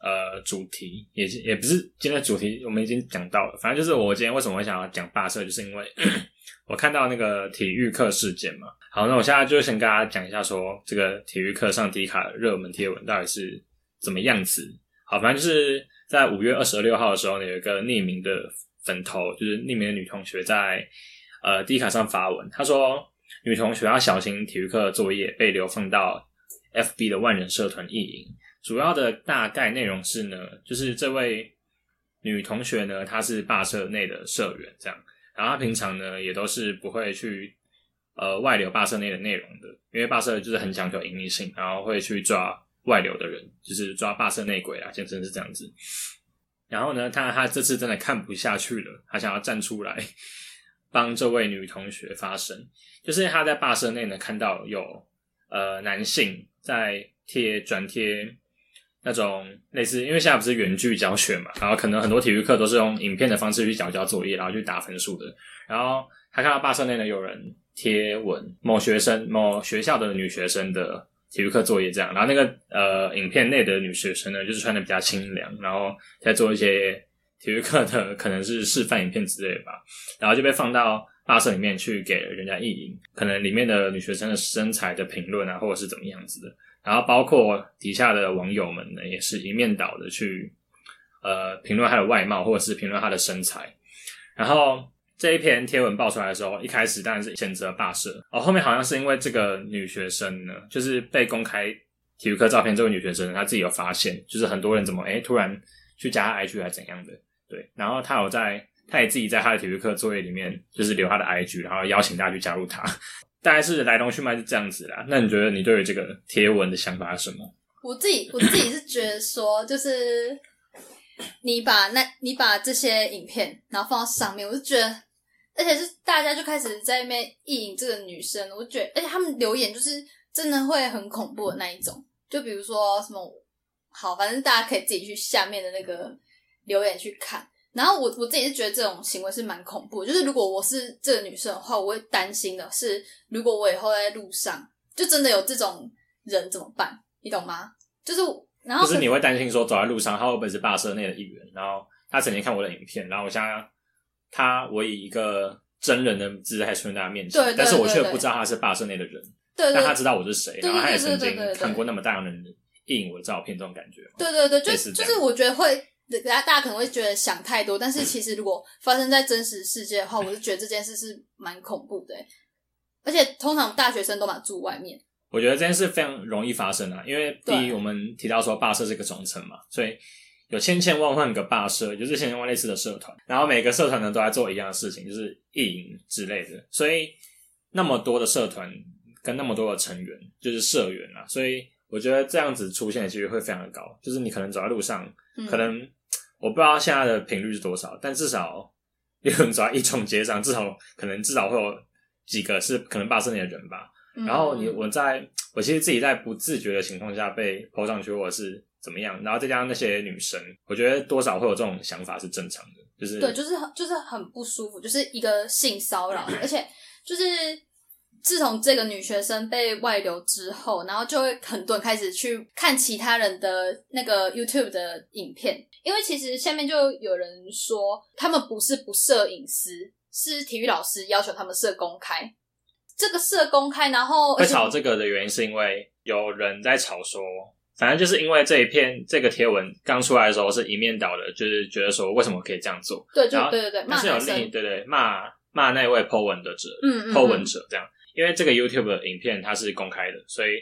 [SPEAKER 2] 呃主题，也是也不是今天的主题，我们已经讲到了。反正就是我今天为什么会想要讲霸社，就是因为 (coughs) 我看到那个体育课事件嘛。好，那我现在就先跟大家讲一下说这个体育课上迪卡的热门贴文到底是怎么样子。好，反正就是在五月二十六号的时候呢，有一个匿名的粉头，就是匿名的女同学在呃 D 卡上发文，她说女同学要小心体育课作业被流放到 FB 的万人社团意淫。主要的大概内容是呢，就是这位女同学呢，她是霸社内的社员，这样，然后她平常呢也都是不会去呃外流霸社内的内容的，因为霸社就是很讲究隐匿性，然后会去抓外流的人，就是抓霸社内鬼啦，啊简称是这样子。然后呢，他他这次真的看不下去了，他想要站出来帮这位女同学发声，就是他在霸社内呢看到有呃男性在贴转贴那种类似，因为现在不是远距教学嘛，然后可能很多体育课都是用影片的方式去缴交作业，然后去打分数的。然后他看到霸社内呢有人贴文某学生某学校的女学生的体育课作业这样，然后那个呃影片内的女学生呢就是穿的比较清凉，然后在做一些体育课的可能是示范影片之类的吧。然后就被放到霸社里面去给人家意淫，可能里面的女学生的身材的评论啊，或者是怎么样子的。然后包括底下的网友们呢，也是一面倒的去呃评论她的外貌，或者是评论她的身材。然后这一篇贴文爆出来的时候，一开始当然是谴责霸社，哦，后面好像是因为这个女学生呢，就是被公开体育课照片这位女学生，她自己有发现，就是很多人怎么哎突然去加她 IG 还怎样的，对，然后他有在，他也自己在他的体育课作业里面，就是留他的 IG，然后邀请大家去加入他。大概是来龙去脉是这样子啦。那你觉得你对于这个贴文的想法是什么？
[SPEAKER 1] 我自己我自己是觉得说，就是你把那你把这些影片然后放到上面，我就觉得，而且是大家就开始在那边意淫这个女生，我就觉得，而且他们留言就是真的会很恐怖的那一种，就比如说什么，好，反正大家可以自己去下面的那个留言去看。然后我我自己是觉得这种行为是蛮恐怖的，就是如果我是这个女生的话，我会担心的是，如果我以后在路上就真的有这种人怎么办？你懂吗？就是然后
[SPEAKER 2] 就是你会担心说走在路上，他会不会是霸社内的一员？然后他曾经看我的影片，然后我现在他我以一个真人的姿态出现在他面前，
[SPEAKER 1] 对对
[SPEAKER 2] 但是我却
[SPEAKER 1] 对对
[SPEAKER 2] 不知道他是霸社内的人，
[SPEAKER 1] 对
[SPEAKER 2] 但他
[SPEAKER 1] 对
[SPEAKER 2] 知道我是谁，
[SPEAKER 1] 对
[SPEAKER 2] 然后他也
[SPEAKER 1] 对对
[SPEAKER 2] 曾
[SPEAKER 1] 对
[SPEAKER 2] 经
[SPEAKER 1] 对对对
[SPEAKER 2] 看过那么大量的人印我的照片，这种感觉吗。
[SPEAKER 1] 对对对，就
[SPEAKER 2] 类似这
[SPEAKER 1] 就是
[SPEAKER 2] 样
[SPEAKER 1] 我觉得会大家大家可能会觉得想太多，但是其实如果发生在真实世界的话，我是觉得这件事是蛮恐怖的欸、而且通常大学生都蛮住外面，
[SPEAKER 2] 我觉得这件事非常容易发生啊，因为第一，
[SPEAKER 1] 对
[SPEAKER 2] 我们提到说霸社是个总称嘛，所以有千千万万个霸社，就是千千万类似的社团，然后每个社团呢都在做一样的事情，就是意淫之类的，所以那么多的社团跟那么多的成员，就是社员啊，所以我觉得这样子出现的几率会非常的高，就是你可能走在路上，
[SPEAKER 1] 嗯、
[SPEAKER 2] 可能我不知道现在的频率是多少，但至少有人走在一种街上，至少可能至少会有几个是可能霸社里的人吧。
[SPEAKER 1] 嗯，
[SPEAKER 2] 然后你我在我其实自己在不自觉的情况下被抛上去，或者是怎么样，然后再加上那些女生，我觉得多少会有这种想法是正常的，就是
[SPEAKER 1] 对，就是很就是很不舒服，就是一个性骚扰，而且就是自从这个女学生被外流之后，然后就会很多人开始去看其他人的那个 YouTube 的影片，因为其实下面就有人说他们不是不设隐私，是体育老师要求他们设公开。这个设公开，然后而
[SPEAKER 2] 会
[SPEAKER 1] 且
[SPEAKER 2] 吵这个的原因是因为有人在吵说，反正就是因为这一篇这个贴文刚出来的时候是一面倒的，就是觉得说为什么我可以这样做，
[SPEAKER 1] 对，就
[SPEAKER 2] 然后
[SPEAKER 1] 对对对，
[SPEAKER 2] 但
[SPEAKER 1] 骂
[SPEAKER 2] 是有
[SPEAKER 1] 男
[SPEAKER 2] 另一
[SPEAKER 1] 生，
[SPEAKER 2] 对对骂骂那位 po 文的者，
[SPEAKER 1] 嗯嗯，
[SPEAKER 2] 后文
[SPEAKER 1] 嗯
[SPEAKER 2] 者这样，因为这个 YouTube 的影片它是公开的，所以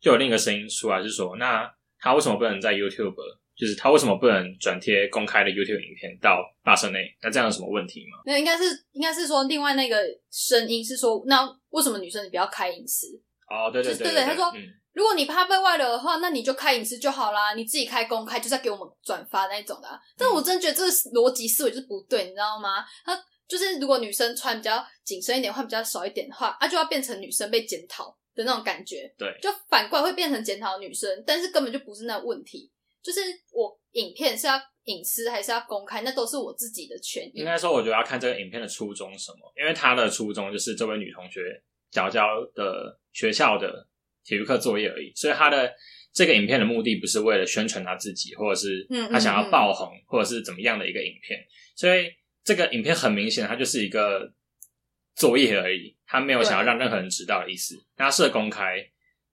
[SPEAKER 2] 就有另一个声音出来是说，那他为什么不能在 YouTube，就是他为什么不能转贴公开的 YouTube 影片到霸社内？那这样有什么问题吗？
[SPEAKER 1] 没有，应该是应该是说另外那个声音是说，那为什么女生你不要开隐私？
[SPEAKER 2] 哦，对对
[SPEAKER 1] 就是
[SPEAKER 2] 对
[SPEAKER 1] 对对他说
[SPEAKER 2] 嗯，
[SPEAKER 1] 如果你怕被外流的话，那你就开隐私就好啦，你自己开公开就是要给我们转发那一种的
[SPEAKER 2] 嗯
[SPEAKER 1] 啊、但我真的觉得这个逻辑思维就是不对，你知道吗？他就是如果女生穿比较紧身一点，换比较少一点的话，啊就要变成女生被检讨的那种感觉，
[SPEAKER 2] 对
[SPEAKER 1] 就反过来会变成检讨女生，但是根本就不是那个问题，就是我影片是要隐私还是要公开，那都是我自己的权益
[SPEAKER 2] 应。该说我觉得要看这个影片的初衷是什么，因为他的初衷就是这位女同学缴交的学校的体育课作业而已，所以他的。这个影片的目的不是为了宣传他自己，或者是
[SPEAKER 1] 嗯嗯
[SPEAKER 2] 他想
[SPEAKER 1] 嗯
[SPEAKER 2] 要爆红，或者是怎么样的一个影片。所以这个影片很明显，它就是一个作业而已，他没有想要让任何人知道的意思。那设公开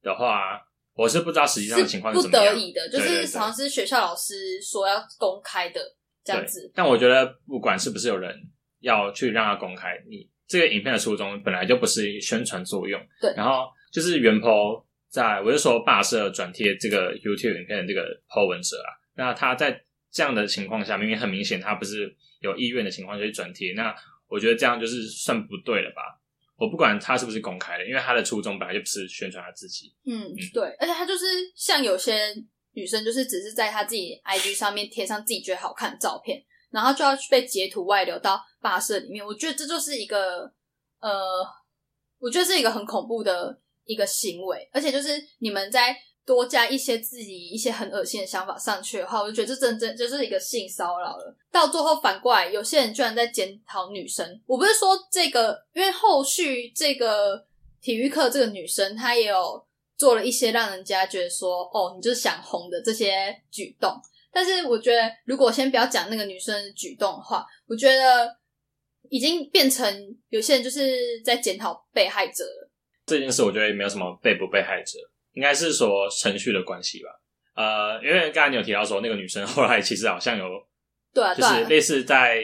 [SPEAKER 2] 的话，我是不知道实际上的情况
[SPEAKER 1] 不
[SPEAKER 2] 怎么样，
[SPEAKER 1] 得已的，就
[SPEAKER 2] 对对
[SPEAKER 1] 是
[SPEAKER 2] 对
[SPEAKER 1] 好像是学校老师说要公开的这样
[SPEAKER 2] 对
[SPEAKER 1] 子。
[SPEAKER 2] 但我觉得不管是不是有人要去让它公开，你这个影片的初衷本来就不是宣传作用。
[SPEAKER 1] 对
[SPEAKER 2] 然后就是原 po 在我是说霸社转贴这个 YouTube 影片的这个 po 文者啊，那他在这样的情况下，明明很明显他不是有意愿的情况下去转贴，那我觉得这样就是算不对了吧。我不管他是不是公开的，因为他的初衷本来就不是宣传他自己。
[SPEAKER 1] 嗯，对，而且她就是像有些女生，就是只是在她自己 IG 上面贴上自己觉得好看的照片，然后就要去被截图外流到霸社里面。我觉得这就是一个呃，我觉得是一个很恐怖的一个行为，而且就是你们在多加一些自己一些很恶心的想法上去的话，我就觉得这真真就是一个性骚扰了。到最后反过来，有些人居然在检讨女生。我不是说这个，因为后续这个体育课这个女生她也有做了一些让人家觉得说哦，你就是想红的这些举动。但是我觉得，如果先不要讲那个女生的举动的话，我觉得已经变成有些人就是在检讨被害者了。
[SPEAKER 2] 这件事，我觉得也没有什么被不被害者，应该是说程序的关系吧。呃，因为刚才你有提到说那个女生后来其实好像有，
[SPEAKER 1] 对啊，
[SPEAKER 2] 就
[SPEAKER 1] 对啊
[SPEAKER 2] 是，类似在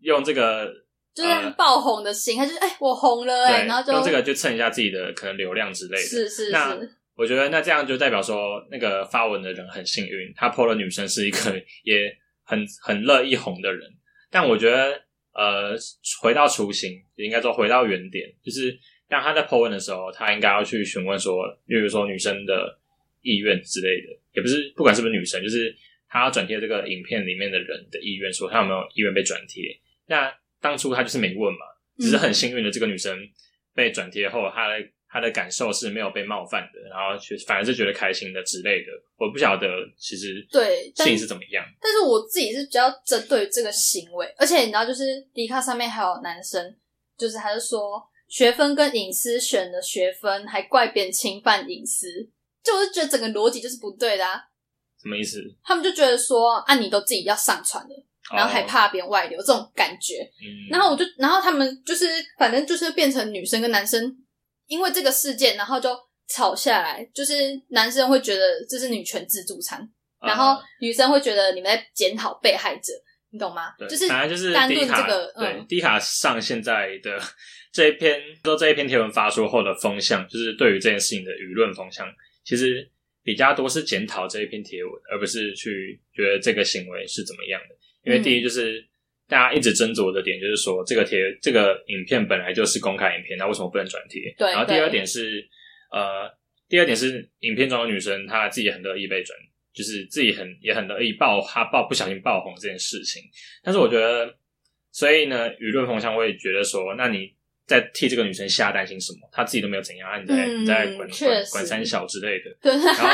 [SPEAKER 2] 用这个，
[SPEAKER 1] 就是
[SPEAKER 2] 呃
[SPEAKER 1] 爆红的心，他就是哎、我红了哎、
[SPEAKER 2] 对，
[SPEAKER 1] 然后就
[SPEAKER 2] 用这个去蹭一下自己的可能流量之类的。
[SPEAKER 1] 是是
[SPEAKER 2] 那
[SPEAKER 1] 是，
[SPEAKER 2] 我觉得那这样就代表说那个发文的人很幸运，他 PO 的女生是一个也很很乐意红的人。但我觉得呃，回到初心，也应该说回到原点，就是当他在 PO 文的时候，他应该要去询问说，例如说女生的意愿之类的，也不是不管是不是女生，就是他要转贴这个影片里面的人的意愿，说他有没有意愿被转贴。那当初他就是没问嘛。只是很幸运的，这个女生被转贴后，她的她的感受是没有被冒犯的，然后却反而是觉得开心的之类的。我不晓得其实
[SPEAKER 1] 对但
[SPEAKER 2] 性是怎么样，
[SPEAKER 1] 但是我自己是比较针对这个行为，而且你知道，就是迪卡上面还有男生，就是他就说学分跟隐私选的学分，还怪别人侵犯隐私，就我就觉得整个逻辑就是不对的啊。
[SPEAKER 2] 什么意思？
[SPEAKER 1] 他们就觉得说啊，你都自己要上传了，然后还
[SPEAKER 2] 哦，
[SPEAKER 1] 怕别人外流这种感觉，
[SPEAKER 2] 嗯
[SPEAKER 1] 然后我就，然后他们就是，反正就是变成女生跟男生因为这个事件，然后就吵下来，就是男生会觉得这是女权自助餐，然
[SPEAKER 2] 啊
[SPEAKER 1] 后女生会觉得你们在检讨被害者，你懂吗？
[SPEAKER 2] 对
[SPEAKER 1] 就是
[SPEAKER 2] 反正就是
[SPEAKER 1] 单
[SPEAKER 2] 低
[SPEAKER 1] 论
[SPEAKER 2] 卡
[SPEAKER 1] 这个，
[SPEAKER 2] 对
[SPEAKER 1] 嗯，
[SPEAKER 2] 低卡上现在的这一篇，说这一篇贴文发出后的风向，就是对于这件事情的舆论风向，其实比较多是检讨这一篇贴文，而不是去觉得这个行为是怎么样的。因为第
[SPEAKER 1] 嗯
[SPEAKER 2] 一就是、大家一直斟酌的点，就是说这个贴这个影片本来就是公开影片，那为什么不能转贴？
[SPEAKER 1] 对
[SPEAKER 2] 然后第二
[SPEAKER 1] 对
[SPEAKER 2] 点是呃，第二点是影片中的女生她自己很乐意被转，就是自己很也很乐意爆她爆不小心爆红这件事情。但是我觉得，所以呢，舆论风向会觉得说，那你在替这个女生下担心什么？她自己都没有怎样，啊、你在、
[SPEAKER 1] 嗯
[SPEAKER 2] 你在管
[SPEAKER 1] 确
[SPEAKER 2] 管
[SPEAKER 1] 实
[SPEAKER 2] 管三小之
[SPEAKER 1] (laughs)
[SPEAKER 2] 类的。
[SPEAKER 1] 对，
[SPEAKER 2] 然后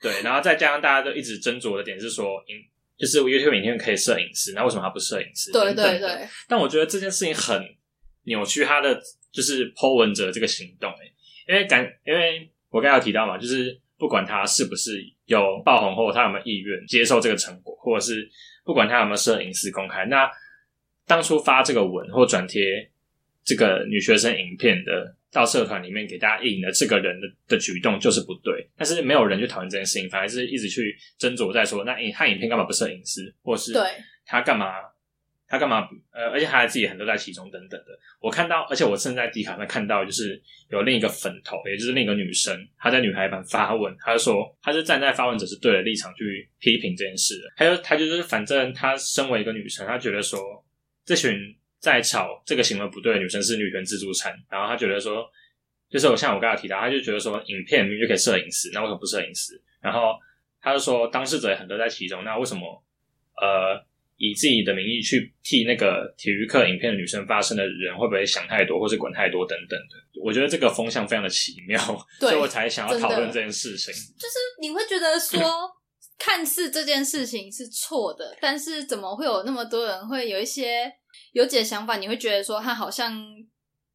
[SPEAKER 2] 对，然后再加上大家都一直斟酌的点是说，影就是 YouTube 影片可以摄影师，那为什么他不摄影师？
[SPEAKER 1] 对
[SPEAKER 2] 等等
[SPEAKER 1] 对
[SPEAKER 2] 的
[SPEAKER 1] 对，
[SPEAKER 2] 但我觉得这件事情很扭曲他的就是 Po 文者这个行动、欸，因为感因为我刚才有提到嘛，就是不管他是不是有爆红后，他有没有意愿接受这个成果，或者是不管他有没有摄影师公开，那当初发这个文或转贴这个女学生影片的。到社团里面给大家引的这个人的的举动就是不对，但是没有人去讨论这件事情，反而是一直去斟酌在说，那影他影片干嘛不摄影师，或是
[SPEAKER 1] 对
[SPEAKER 2] 他干嘛？他干嘛不？呃，而且他自己很乐在其中等等的。我看到，而且我甚至在迪卡上看到，就是有另一个粉头，也就是另一个女生，她在女孩版发文，她就说，她是站在发文者是对的立场去批评这件事的。还有，她就是反正她身为一个女生，她觉得说，这群在吵这个行为不对的女生是女权自助餐，然后她觉得说，就是我像我刚才提到，她就觉得说，影片明明就可以摄影师，那为什么不摄影师？然后她就说，当事者也很乐在其中，那为什么呃以自己的名义去替那个体育课影片的女生发声的人，会不会想太多，或是管太多等等的？我觉得这个风向非常的奇妙， (laughs)
[SPEAKER 1] 对
[SPEAKER 2] 所以我才想要
[SPEAKER 1] 真的
[SPEAKER 2] 讨论这件事情。
[SPEAKER 1] 就是你会觉得说，看似这件事情是错的，但是怎么会有那么多人会有一些有己的想法？你会觉得说，他好像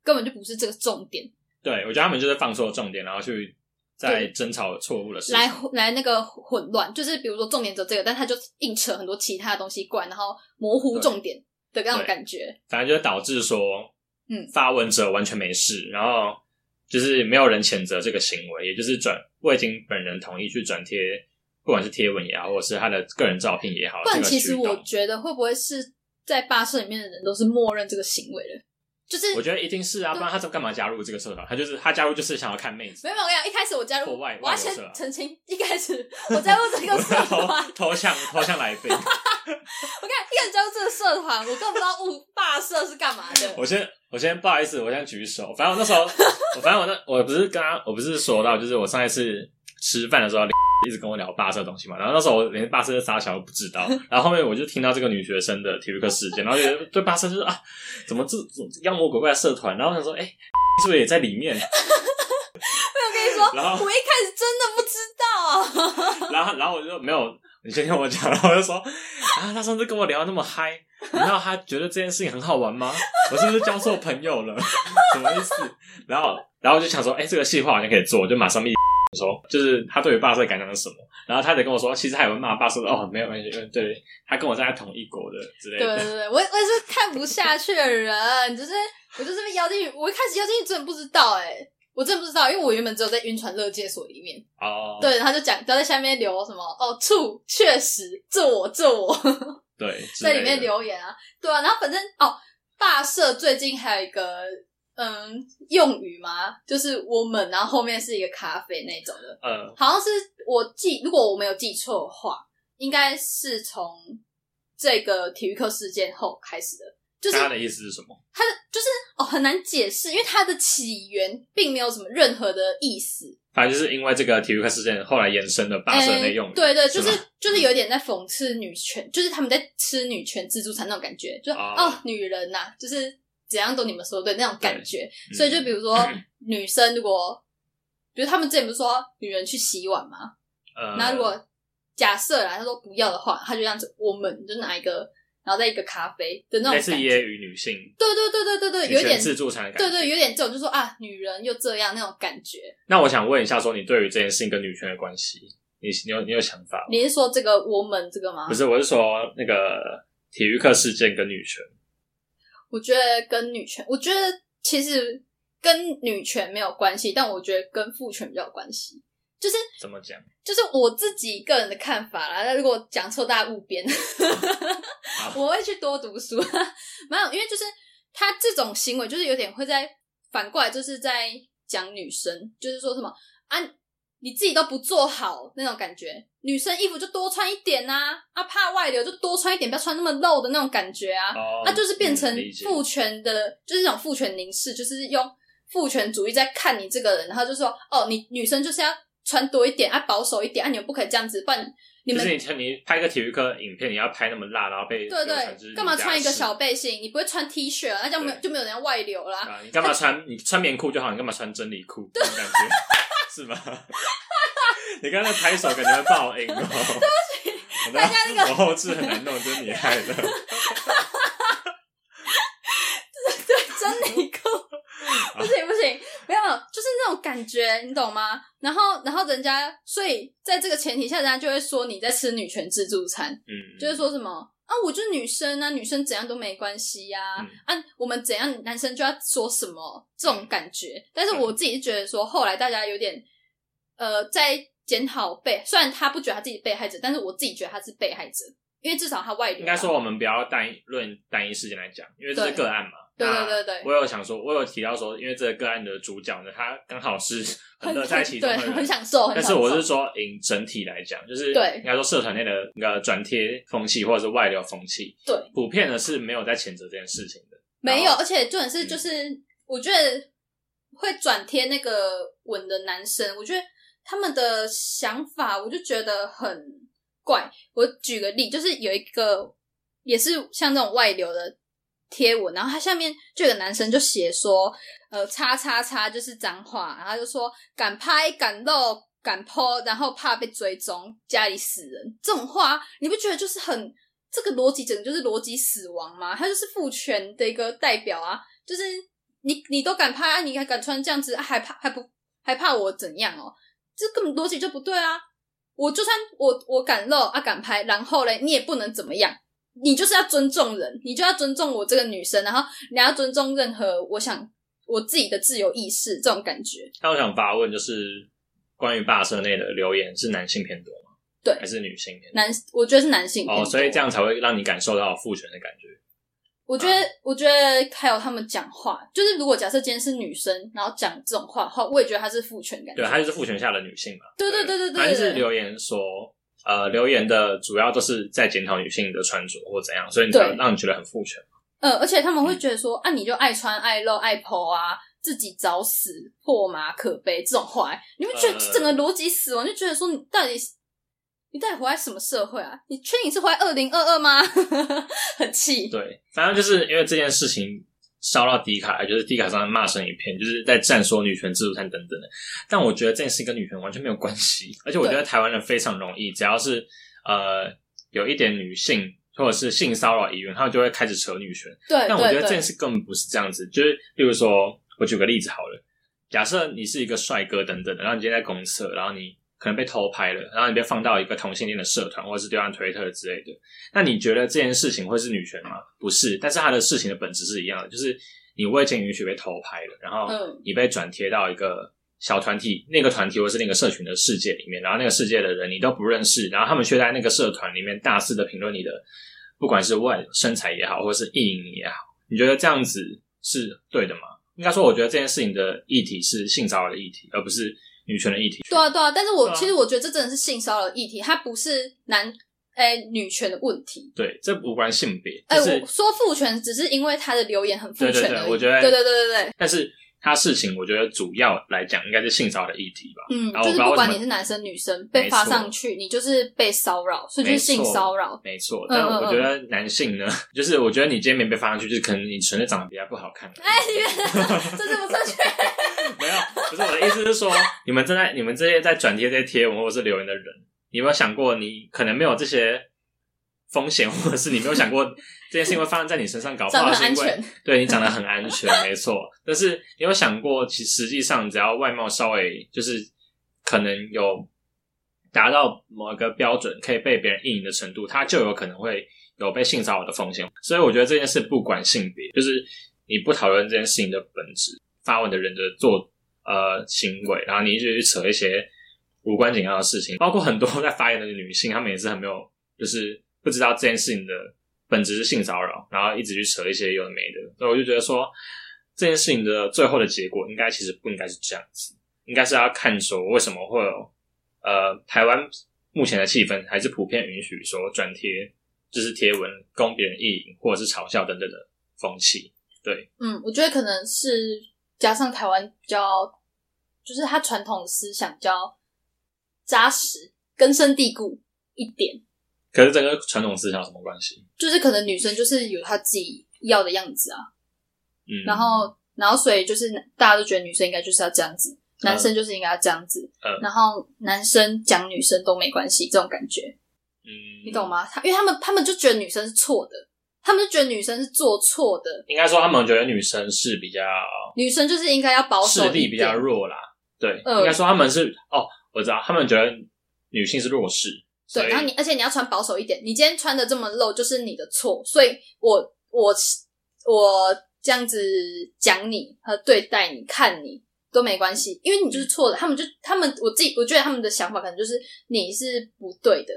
[SPEAKER 1] 根本就不是这个重点，
[SPEAKER 2] 对，我觉得他们就是放错重点，然后去在
[SPEAKER 1] 对
[SPEAKER 2] 争吵错误的事情。
[SPEAKER 1] 来来那个混乱，就是比如说重点只有这个，但他就硬扯很多其他的东西过来，然后模糊
[SPEAKER 2] 对
[SPEAKER 1] 重点的那种
[SPEAKER 2] 对
[SPEAKER 1] 感觉。
[SPEAKER 2] 反正就是导致说，
[SPEAKER 1] 嗯
[SPEAKER 2] 发文者完全没事，然后就是没有人谴责这个行为，也就是转未经本人同意去转贴，不管是贴文也好，或者是他的个人照片也好，
[SPEAKER 1] 不然
[SPEAKER 2] 这个
[SPEAKER 1] 其实
[SPEAKER 2] 举动
[SPEAKER 1] 我觉得会不会是在霸社里面的人都是默认这个行为了？就是
[SPEAKER 2] 我觉得一定是啊，不然他干嘛加入这个社团？他就是他加入就是想要看妹子
[SPEAKER 1] 没，有，我跟你讲，一开始我加入，
[SPEAKER 2] 国外
[SPEAKER 1] 我要
[SPEAKER 2] 外流
[SPEAKER 1] 先
[SPEAKER 2] 社啊
[SPEAKER 1] 澄清，一开始我加入这个
[SPEAKER 2] (laughs)
[SPEAKER 1] 社团，我
[SPEAKER 2] 投投向投向来宾。
[SPEAKER 1] 看一开始加入这个社团，我根本不知道物霸社是干嘛的。
[SPEAKER 2] 我先我先不好意思，我先举手。反正我那时候，我反正我那我不是跟他，我不是说到，就是我上一次吃饭的时候。一直跟我聊霸社的东西嘛，然后那时候我连霸社是啥小都不知道，然后后面我就听到这个女学生的体育课事件，然后觉得对霸社就是啊，怎么这这妖魔鬼怪的社团，然后想说，哎、是不是也在里面？
[SPEAKER 1] 我跟你说，
[SPEAKER 2] 然后
[SPEAKER 1] 我一开始真的不知道，啊
[SPEAKER 2] 然后，然后我就没有，你先听我讲，然后我就说啊，他上次跟我聊得那么嗨，你知道他觉得这件事情很好玩吗？我是不是交错朋友了？ (laughs) 什么意思？然后，然后我就想说，哎、这个细化好像可以做，我就马上密说，就是他对于霸社的感想是什么？然后他得跟我说，其实他有骂霸社的，哦，没有关系，嗯对他跟我站在同一国的之类
[SPEAKER 1] 对对
[SPEAKER 2] 的。
[SPEAKER 1] 对，我我也是看不下去的人，就是我就是被邀进去，我一开始邀进去真的不知道哎、我真的不知道，因为我原本只有在晕船乐界所里面，
[SPEAKER 2] 哦，
[SPEAKER 1] 对，他就讲，他在下面留什么哦，醋确实，这我这我
[SPEAKER 2] 对，之
[SPEAKER 1] 在
[SPEAKER 2] 类
[SPEAKER 1] 里面
[SPEAKER 2] 的
[SPEAKER 1] 留言啊，对啊，然后反正哦，霸社最近还有一个嗯用语嘛，就是我们，然后后面是一个咖啡那种的，
[SPEAKER 2] 呃，
[SPEAKER 1] 好像是我记，如果我没有记错的话，应该是从这个体育课事件后开始的，就是
[SPEAKER 2] 那他的意思是什么？
[SPEAKER 1] 它的就是哦很难解释，因为它的起源并没有什么任何的意思，
[SPEAKER 2] 反正就是因为这个体育课事件，后来延伸的霸社
[SPEAKER 1] 哎
[SPEAKER 2] 内用语、
[SPEAKER 1] 对对，就是是
[SPEAKER 2] 吗嗯
[SPEAKER 1] 就是有点在讽刺女权，就是他们在吃女权自助餐那种感觉，就
[SPEAKER 2] 哦
[SPEAKER 1] 哦女人呐、就是怎样都你们说的对那种感觉。
[SPEAKER 2] 对嗯
[SPEAKER 1] 所以就比如说、女生如果，比如他们之前不是说女人去洗碗吗？
[SPEAKER 2] 呃，
[SPEAKER 1] 那、如果假设啦，他说不要的话，他就这样子，我们就拿一个，然后再一个咖啡的那
[SPEAKER 2] 类
[SPEAKER 1] 种
[SPEAKER 2] 似
[SPEAKER 1] 感
[SPEAKER 2] 揶
[SPEAKER 1] 觉。
[SPEAKER 2] 揄女性
[SPEAKER 1] 对对对对对对，有一
[SPEAKER 2] 女
[SPEAKER 1] 点
[SPEAKER 2] 权自助餐的感觉。
[SPEAKER 1] 对对，有点这种，就说啊，女人又这样那种感觉。
[SPEAKER 2] 那我想问一下，说你对于这件事情跟女权的关系，你你有你有想法吗？
[SPEAKER 1] 你是说这个我们这个吗？
[SPEAKER 2] 不是，我是说那个体育课事件跟女权。
[SPEAKER 1] 我觉得跟女权，我觉得其实跟女权没有关系，但我觉得跟父权比较有关系。就是
[SPEAKER 5] 怎么讲？
[SPEAKER 1] 就是我自己个人的看法啦。那如果讲错，大家误编。 (laughs) 我会去多读书，没有，因为就是他这种行为，就是有点会在反过来，就是在讲女生，就是说什么啊，你自己都不做好那种感觉。女生衣服就多穿一点呐、啊，啊，怕外流就多穿一点，不要穿那么露的那种感觉啊。
[SPEAKER 5] 哦
[SPEAKER 1] 啊，就是变成
[SPEAKER 5] 嗯理解
[SPEAKER 1] 父权的，就是那种父权凝视，就是用父权主义在看你这个人，然后就说哦，你女生就是要穿多一点，啊，保守一点，啊，你们不可以这样子，不然你
[SPEAKER 2] 就
[SPEAKER 1] 们
[SPEAKER 2] 是你你拍个体育课影片，你要拍那么辣，然后被
[SPEAKER 1] 对
[SPEAKER 2] 流传就是
[SPEAKER 1] 对，干嘛穿一个小
[SPEAKER 2] 你
[SPEAKER 1] 背心？你不会穿 T 恤、啊，那这样没有
[SPEAKER 2] 对
[SPEAKER 1] 就没有人要外流 (laughs)
[SPEAKER 2] 家
[SPEAKER 1] 啦。
[SPEAKER 2] 是啊？你干嘛穿你穿棉裤就好，你干嘛穿真理裤？这种感觉是吧？ (laughs) 你刚才拍手感觉会爆音哦。对不起，
[SPEAKER 1] 大家那个
[SPEAKER 2] 我后置很难弄，就是你害的。
[SPEAKER 1] 真
[SPEAKER 5] (laughs)
[SPEAKER 1] 理裤，不行不行，没有，就是那种感觉，你懂吗？然后然后人家，所以在这个前提下，人家就会说你在吃女权自助餐，
[SPEAKER 2] 嗯，
[SPEAKER 1] 就是说什么啊，我就是女生啊，女生怎样都没关系呀、
[SPEAKER 2] 嗯
[SPEAKER 1] 啊，我们怎样男生就要说什么这种感觉。但是我自己是觉得说，后来大家有点呃在检讨被，虽然他不觉得他自己被害者，但是我自己觉得他是被害者，因为至少他外流啊。
[SPEAKER 2] 应该说我们不要单一论单一事件来讲，因为这是
[SPEAKER 1] 对
[SPEAKER 2] 个案嘛。
[SPEAKER 1] 对
[SPEAKER 2] 那
[SPEAKER 1] 对对对
[SPEAKER 2] 我有想说，我有提到说，因为这个个案的主角呢，他刚好
[SPEAKER 1] (laughs)
[SPEAKER 2] 是很乐在其中
[SPEAKER 1] 对，
[SPEAKER 2] 的人，
[SPEAKER 1] 很享受。很
[SPEAKER 2] 但是
[SPEAKER 1] 享
[SPEAKER 2] 我
[SPEAKER 1] 受
[SPEAKER 2] 是说，以整体来讲，就是
[SPEAKER 1] 对
[SPEAKER 2] 应该说社团内的那个转贴风气或者是外流风气，
[SPEAKER 1] 对，
[SPEAKER 2] 普遍的是没有在谴责这件事情的。
[SPEAKER 1] 没有，
[SPEAKER 2] 然后嗯
[SPEAKER 1] 而且重点是就是，我觉得会转贴那个吻的男生，我觉得他们的想法，我就觉得很怪。我举个例，就是有一个也是像这种外流的贴文，然后他下面就有个男生就写说，呃，叉叉叉就是脏话，然后就说敢拍敢露。敢剖，然后怕被追踪，家里死人，这种话你不觉得就是很这个逻辑整个就是逻辑死亡吗？他就是父权的一个代表啊，就是你你都敢拍，你还敢穿这样子，啊还怕还不还怕我怎样哦？这根本逻辑就不对啊！我就算我我敢露啊敢拍，然后嘞你也不能怎么样，你就是要尊重人，你就要尊重我这个女生，然后你要尊重任何我想我自己的自由意识这种感觉。
[SPEAKER 2] 那我想发问，就是关于霸社内的留言是男性偏多吗？
[SPEAKER 1] 对
[SPEAKER 2] 还是女性偏多？
[SPEAKER 1] 男，我觉得是男性偏
[SPEAKER 2] 哦，
[SPEAKER 1] 多
[SPEAKER 2] 所以这样才会让你感受到父权的感觉。
[SPEAKER 1] 我觉得，
[SPEAKER 2] 啊
[SPEAKER 1] 我觉得还有他们讲话，就是如果假设今天是女生，然后讲这种话的话，我也觉得她是父权感觉。
[SPEAKER 2] 对，啊她就是父权下的女性嘛。
[SPEAKER 1] 对对对对对
[SPEAKER 2] 反正就是
[SPEAKER 1] 对
[SPEAKER 2] 留言说，呃，留言的主要都是在检讨女性的穿着或怎样，所以你才
[SPEAKER 1] 对
[SPEAKER 2] 让你觉得很父权。
[SPEAKER 1] 呃，而且他
[SPEAKER 2] 嗯
[SPEAKER 1] 们会觉得说，啊，你就爱穿爱露爱剖啊，自己找死，破马可悲这种话，欸你们觉得
[SPEAKER 2] 呃
[SPEAKER 1] 这整个逻辑死亡，就觉得说你到底你到底活在什么社会啊？你确定你是活在二零二二吗？ (laughs) 很气。
[SPEAKER 2] 对，反正就是因为这件事情烧到迪卡，就是迪卡上骂声一片，就是在战说女权自助餐等等的。但我觉得这件事情跟女权完全没有关系，而且我觉得台湾人非常容易，只要是呃有一点女性或者是性骚扰疑云，他们就会开始扯女权。
[SPEAKER 1] 对
[SPEAKER 2] 但我觉
[SPEAKER 1] 对
[SPEAKER 2] 得这件
[SPEAKER 1] 对，
[SPEAKER 2] 事根本不是这样子，就是例如说，我举个例子好了，假设你是一个帅哥等等的，然后你今天在公厕，然后你可能被偷拍了，然后你被放到一个同性恋的社团或者是对岸推特之类的，那你觉得这件事情会是女权吗？不是，但是它的事情的本质是一样的，就是你未经允许被偷拍了，然后
[SPEAKER 1] 嗯
[SPEAKER 2] 你被转贴到一个。小团体那个团体或是那个社群的世界里面，然后那个世界的人你都不认识，然后他们却在那个社团里面大肆的评论你的，不管是外身材也好，或是意淫也好。你觉得这样子是对的吗？应该说，我觉得这件事情的议题是性骚扰的议题，而不是女权的议题。
[SPEAKER 1] 对啊对啊，但是我、
[SPEAKER 2] 对啊
[SPEAKER 1] 其实我觉得这真的是性骚扰议题，它不是男哎、女权的问题。
[SPEAKER 2] 对，这无关性别，
[SPEAKER 1] 哎、
[SPEAKER 2] 就是、
[SPEAKER 1] 我说父权只是因为他的留言很父权而已。
[SPEAKER 2] 对对对我觉得
[SPEAKER 1] 对对对对对，
[SPEAKER 2] 但是它事情，我觉得主要来讲应该是性骚扰的议题吧。
[SPEAKER 1] 嗯，
[SPEAKER 2] 然后
[SPEAKER 1] 就
[SPEAKER 2] 啊我
[SPEAKER 1] 是
[SPEAKER 2] 不知道
[SPEAKER 1] 不
[SPEAKER 2] 为
[SPEAKER 1] 管
[SPEAKER 2] 什么
[SPEAKER 1] 你是男生女生，被发上去，你就是被骚扰，所以就是性骚扰。
[SPEAKER 2] 没
[SPEAKER 1] 嗯
[SPEAKER 2] 错，但
[SPEAKER 1] 嗯
[SPEAKER 2] 我觉得男性呢， (laughs) 就是我觉得你今天没被发上去，就是可能你纯粹长得比较不好看。
[SPEAKER 1] (laughs) 哎，你
[SPEAKER 2] (laughs)
[SPEAKER 1] 们这是不正确。
[SPEAKER 2] 没有，不是我的意思是说， (laughs) 你们正在你们这些在转贴这些贴文或者是留言的人，你有没有想过，你可能没有这些风险，或者是你没有想过这件事情会发生在你身上，搞不
[SPEAKER 1] 长
[SPEAKER 2] 好
[SPEAKER 1] 得
[SPEAKER 2] 是
[SPEAKER 1] 很
[SPEAKER 2] 因为
[SPEAKER 1] 安全
[SPEAKER 2] 对你长得很安全，没错。但是你有想过，其实际上只要外貌稍微就是可能有达到某一个标准，可以被别人意淫的程度，他就有可能会有被性骚扰的风险。所以我觉得这件事不管性别，就是你不讨论这件事情的本质，发文的人的做呃行为，然后你一直去扯一些无关紧要的事情，包括很多在发言的女性，她们也是很没有，就是不知道这件事情的本质是性骚扰，然后一直去扯一些有的没的，所以我就觉得说这件事情的最后的结果应该其实不应该是这样子，应该是要看说为什么会有呃台湾目前的气氛还是普遍允许说转贴就是贴文供别人意淫或者是嘲笑等等的风气，
[SPEAKER 1] 嗯，我觉得可能是加上台湾比较，就是它传统思想比较扎实、根深蒂固一点，
[SPEAKER 2] 可是这跟传统思想有什么关系？
[SPEAKER 1] 就是可能女生就是有她自己要的样子啊，
[SPEAKER 2] 嗯，
[SPEAKER 1] 然后然后所以就是大家都觉得女生应该就是要这样子，男生就是应该要这样子，
[SPEAKER 2] 嗯
[SPEAKER 1] 然后男生讲女生都没关系这种感觉，
[SPEAKER 2] 嗯，
[SPEAKER 1] 你懂？吗？他因为他们他们就觉得女生是错的，他们就觉得女生是做错的，
[SPEAKER 2] 应该说他们觉得女生是比较
[SPEAKER 1] 女生就是应该要保守
[SPEAKER 2] 哦势
[SPEAKER 1] 一
[SPEAKER 2] 力比较
[SPEAKER 1] 点
[SPEAKER 2] 弱啦，对，
[SPEAKER 1] 嗯
[SPEAKER 2] 应该说他们是哦，我知道，他们觉得女性是弱势，所
[SPEAKER 1] 对，
[SPEAKER 2] 以
[SPEAKER 1] 然后你而且你要穿保守一点，你今天穿的这么露就是你的错，所以我我我这样子讲你和对待你看你都没关系，因为你
[SPEAKER 2] 嗯
[SPEAKER 1] 就是错的。他们就他们我自己我觉得他们的想法可能就是你是不对的，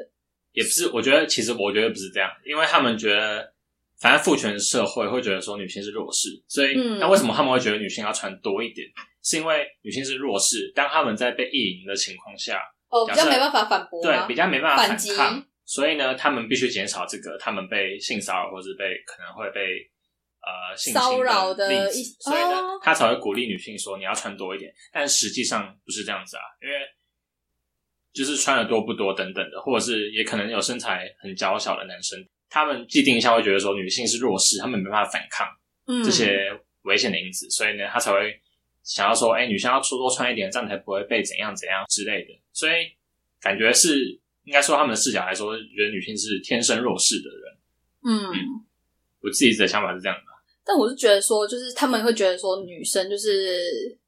[SPEAKER 2] 也不是，我觉得其实我觉得不是这样，因为他们觉得。反正父权社会会觉得说女性是弱势，所以
[SPEAKER 1] 嗯
[SPEAKER 2] 那、为什么他们会觉得女性要穿多一点？是因为女性是弱势，当他们在被意淫的情况下，
[SPEAKER 1] 哦，
[SPEAKER 2] 假
[SPEAKER 1] 比
[SPEAKER 2] 设
[SPEAKER 1] 较没办法反驳
[SPEAKER 2] 对
[SPEAKER 1] 吗，
[SPEAKER 2] 比较没办法
[SPEAKER 1] 反
[SPEAKER 2] 反
[SPEAKER 1] 击
[SPEAKER 2] 抗，所以呢，他们必须减少这个他们被性骚扰或是被可能会被呃性侵
[SPEAKER 1] 骚扰
[SPEAKER 2] 的
[SPEAKER 1] 的
[SPEAKER 2] 例
[SPEAKER 1] 一
[SPEAKER 2] 子，所以呢
[SPEAKER 1] 哦，
[SPEAKER 2] 他才会鼓励女性说你要穿多一点，但实际上不是这样子啊，因为就是穿的多不多等等的，或者是也可能有身材很娇小的男生，他们既定印象会觉得说女性是弱势，他们没办法反抗
[SPEAKER 1] 嗯
[SPEAKER 2] 这些危险的因子，所以呢，他才会想要说，哎、女生要多多穿一点，这样才不会被怎样怎样之类的。所以感觉是应该说他们的视角来说，觉得女性是天生弱势的人。
[SPEAKER 1] 嗯。
[SPEAKER 2] 我自己的想法是这样的，
[SPEAKER 1] 但我是觉得说，就是他们会觉得说，女生就是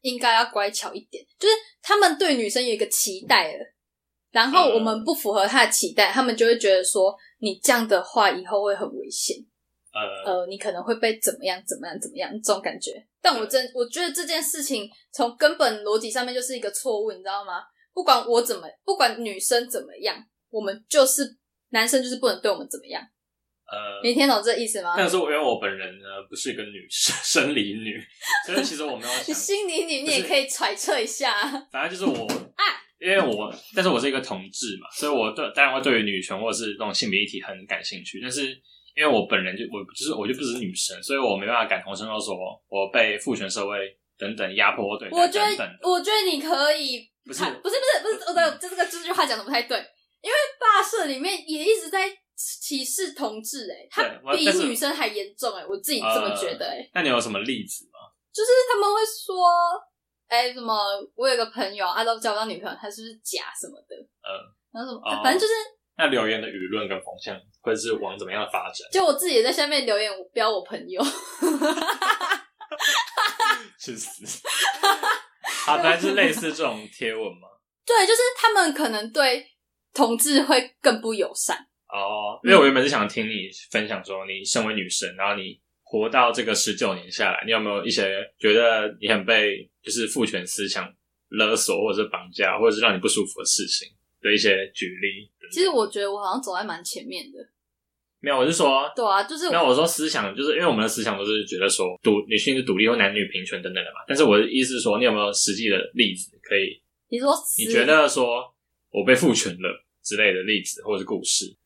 [SPEAKER 1] 应该要乖巧一点，就是他们对女生有一个期待了，然后我们不符合他的期待，他们就会觉得说，你这样的话以后会很危险，
[SPEAKER 2] 呃，
[SPEAKER 1] 呃，你可能会被怎么样怎么样怎么样这种感觉。但我真我觉得这件事情从根本逻辑上面就是一个错误，你知道吗？不管我怎么，不管女生怎么样，我们就是男生就是不能对我们怎么样，
[SPEAKER 2] 呃，
[SPEAKER 1] 你听懂这意思吗？
[SPEAKER 2] 但是我因为我本人呢不是一个女生生理女，所以其实我没有
[SPEAKER 1] 你
[SPEAKER 2] 想，
[SPEAKER 1] 心里你你
[SPEAKER 2] 不是
[SPEAKER 1] 也可以揣测一下啊，
[SPEAKER 2] 反正就是
[SPEAKER 1] (laughs)
[SPEAKER 2] 我。因为我，但是我是一个同志嘛，所以我对当然会对于女权或者是这种性别议题很感兴趣。但是因为我本人就我就是我就不是女生，所以我没办法感同身受，说我被父权社会等等压迫对待
[SPEAKER 1] 我觉
[SPEAKER 2] 等
[SPEAKER 1] 得
[SPEAKER 2] 等，
[SPEAKER 1] 我觉得你可以
[SPEAKER 2] 不是嗯
[SPEAKER 1] 看，不是不是不是，我的这个这句话讲的不太对，因为霸社里面也一直在歧视同志、欸，
[SPEAKER 2] 对
[SPEAKER 1] 哎，
[SPEAKER 2] 我
[SPEAKER 1] 他比
[SPEAKER 2] 但是呃
[SPEAKER 1] 女生还严重、欸，哎，我自己这么觉得、欸，哎、
[SPEAKER 2] 那你有什么例子吗？
[SPEAKER 1] 就是他们会说，哎、什么，我有个朋友，他都交不到女朋友，他是不是假什么的，
[SPEAKER 2] 嗯，
[SPEAKER 1] 然后什么，
[SPEAKER 2] 哦
[SPEAKER 1] 反正就是，
[SPEAKER 2] 那留言的舆论跟风向会是往怎么样的发展？
[SPEAKER 1] 就我自己也在下面留言我标我朋友， (laughs)
[SPEAKER 2] 去死！好，反
[SPEAKER 1] (laughs)
[SPEAKER 2] 正是类似这种贴文嘛。
[SPEAKER 1] 对，就是他们可能对同志会更不友善。
[SPEAKER 2] 哦，
[SPEAKER 1] 嗯
[SPEAKER 2] 因为我原本是想听你分享说，你身为女生，然后你活到这个十九年下来，你有没有一些觉得你很被就是父权思想勒索，或者是绑架，或者是让你不舒服的事情的一些举例？
[SPEAKER 1] 其实我觉得我好像走在蛮前面的。
[SPEAKER 2] 没有，我是说，
[SPEAKER 1] 对啊，就是
[SPEAKER 2] 没有，我说思想就是因为我们的思想都是觉得说独女性是独立或男女平权等等的嘛。但是我的意思是说，你有没有实际的例子可以？
[SPEAKER 1] 你说
[SPEAKER 2] 你
[SPEAKER 1] 死
[SPEAKER 2] 觉得说我被父权了之类的例子或者是故事，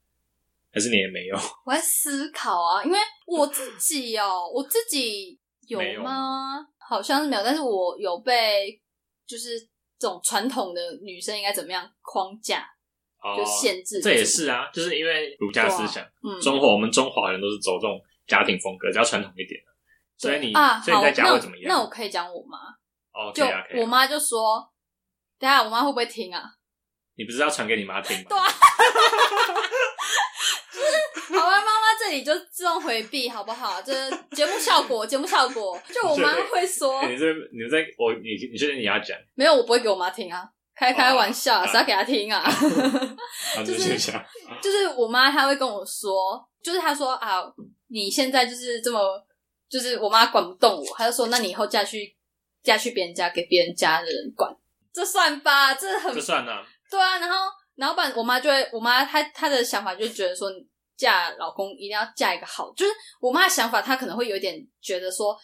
[SPEAKER 2] 还是你也没有？
[SPEAKER 1] 我在思考啊，因为我自己哦，我自己有
[SPEAKER 2] 没有
[SPEAKER 1] 吗？好像是没有，但是我有被就是这种传统的女生应该怎么样框架
[SPEAKER 2] 哦
[SPEAKER 1] 就限制住，
[SPEAKER 2] 这也是啊，就是因为儒家思想，
[SPEAKER 1] 嗯
[SPEAKER 2] 中华我们中华人都是走这种家庭风格，比较传统一点的所以你，
[SPEAKER 1] 啊，
[SPEAKER 2] 所以你在
[SPEAKER 1] 好
[SPEAKER 2] 家
[SPEAKER 1] 那
[SPEAKER 2] 会
[SPEAKER 1] 我
[SPEAKER 2] 怎么
[SPEAKER 1] 那我
[SPEAKER 2] 样？
[SPEAKER 1] 可以讲我妈，
[SPEAKER 2] 哦，可
[SPEAKER 1] 就
[SPEAKER 2] 以啊，可以
[SPEAKER 1] 我
[SPEAKER 2] 啊。
[SPEAKER 1] 妈就说，等一下我妈会不会听啊？ (laughs)
[SPEAKER 2] 你不是要传给你妈听吗？
[SPEAKER 1] 对啊好吧，妈妈这里就自动回避好不好？这节目效果，节目效果，就我妈会说，
[SPEAKER 2] 哎你这你在我你你确定你要讲？
[SPEAKER 1] 没有，我不会给我妈听啊，开开玩笑
[SPEAKER 2] 哦
[SPEAKER 1] 啊，谁要给她听
[SPEAKER 2] (laughs)
[SPEAKER 1] 啊？ (laughs)
[SPEAKER 2] 啊，
[SPEAKER 1] 就是
[SPEAKER 2] 你想
[SPEAKER 1] 就是我妈她会跟我说，就是她说啊，你现在就是这么，就是我妈管不动我，她就说那你以后嫁去嫁去别人家，给别人家的人管。这算吧，这很
[SPEAKER 2] 这算了、
[SPEAKER 1] 对啊，然后然后不然我妈就会，我妈她她的想法就觉得说，你嫁老公一定要嫁一个好，就是我妈的想法，她可能会有点觉得说，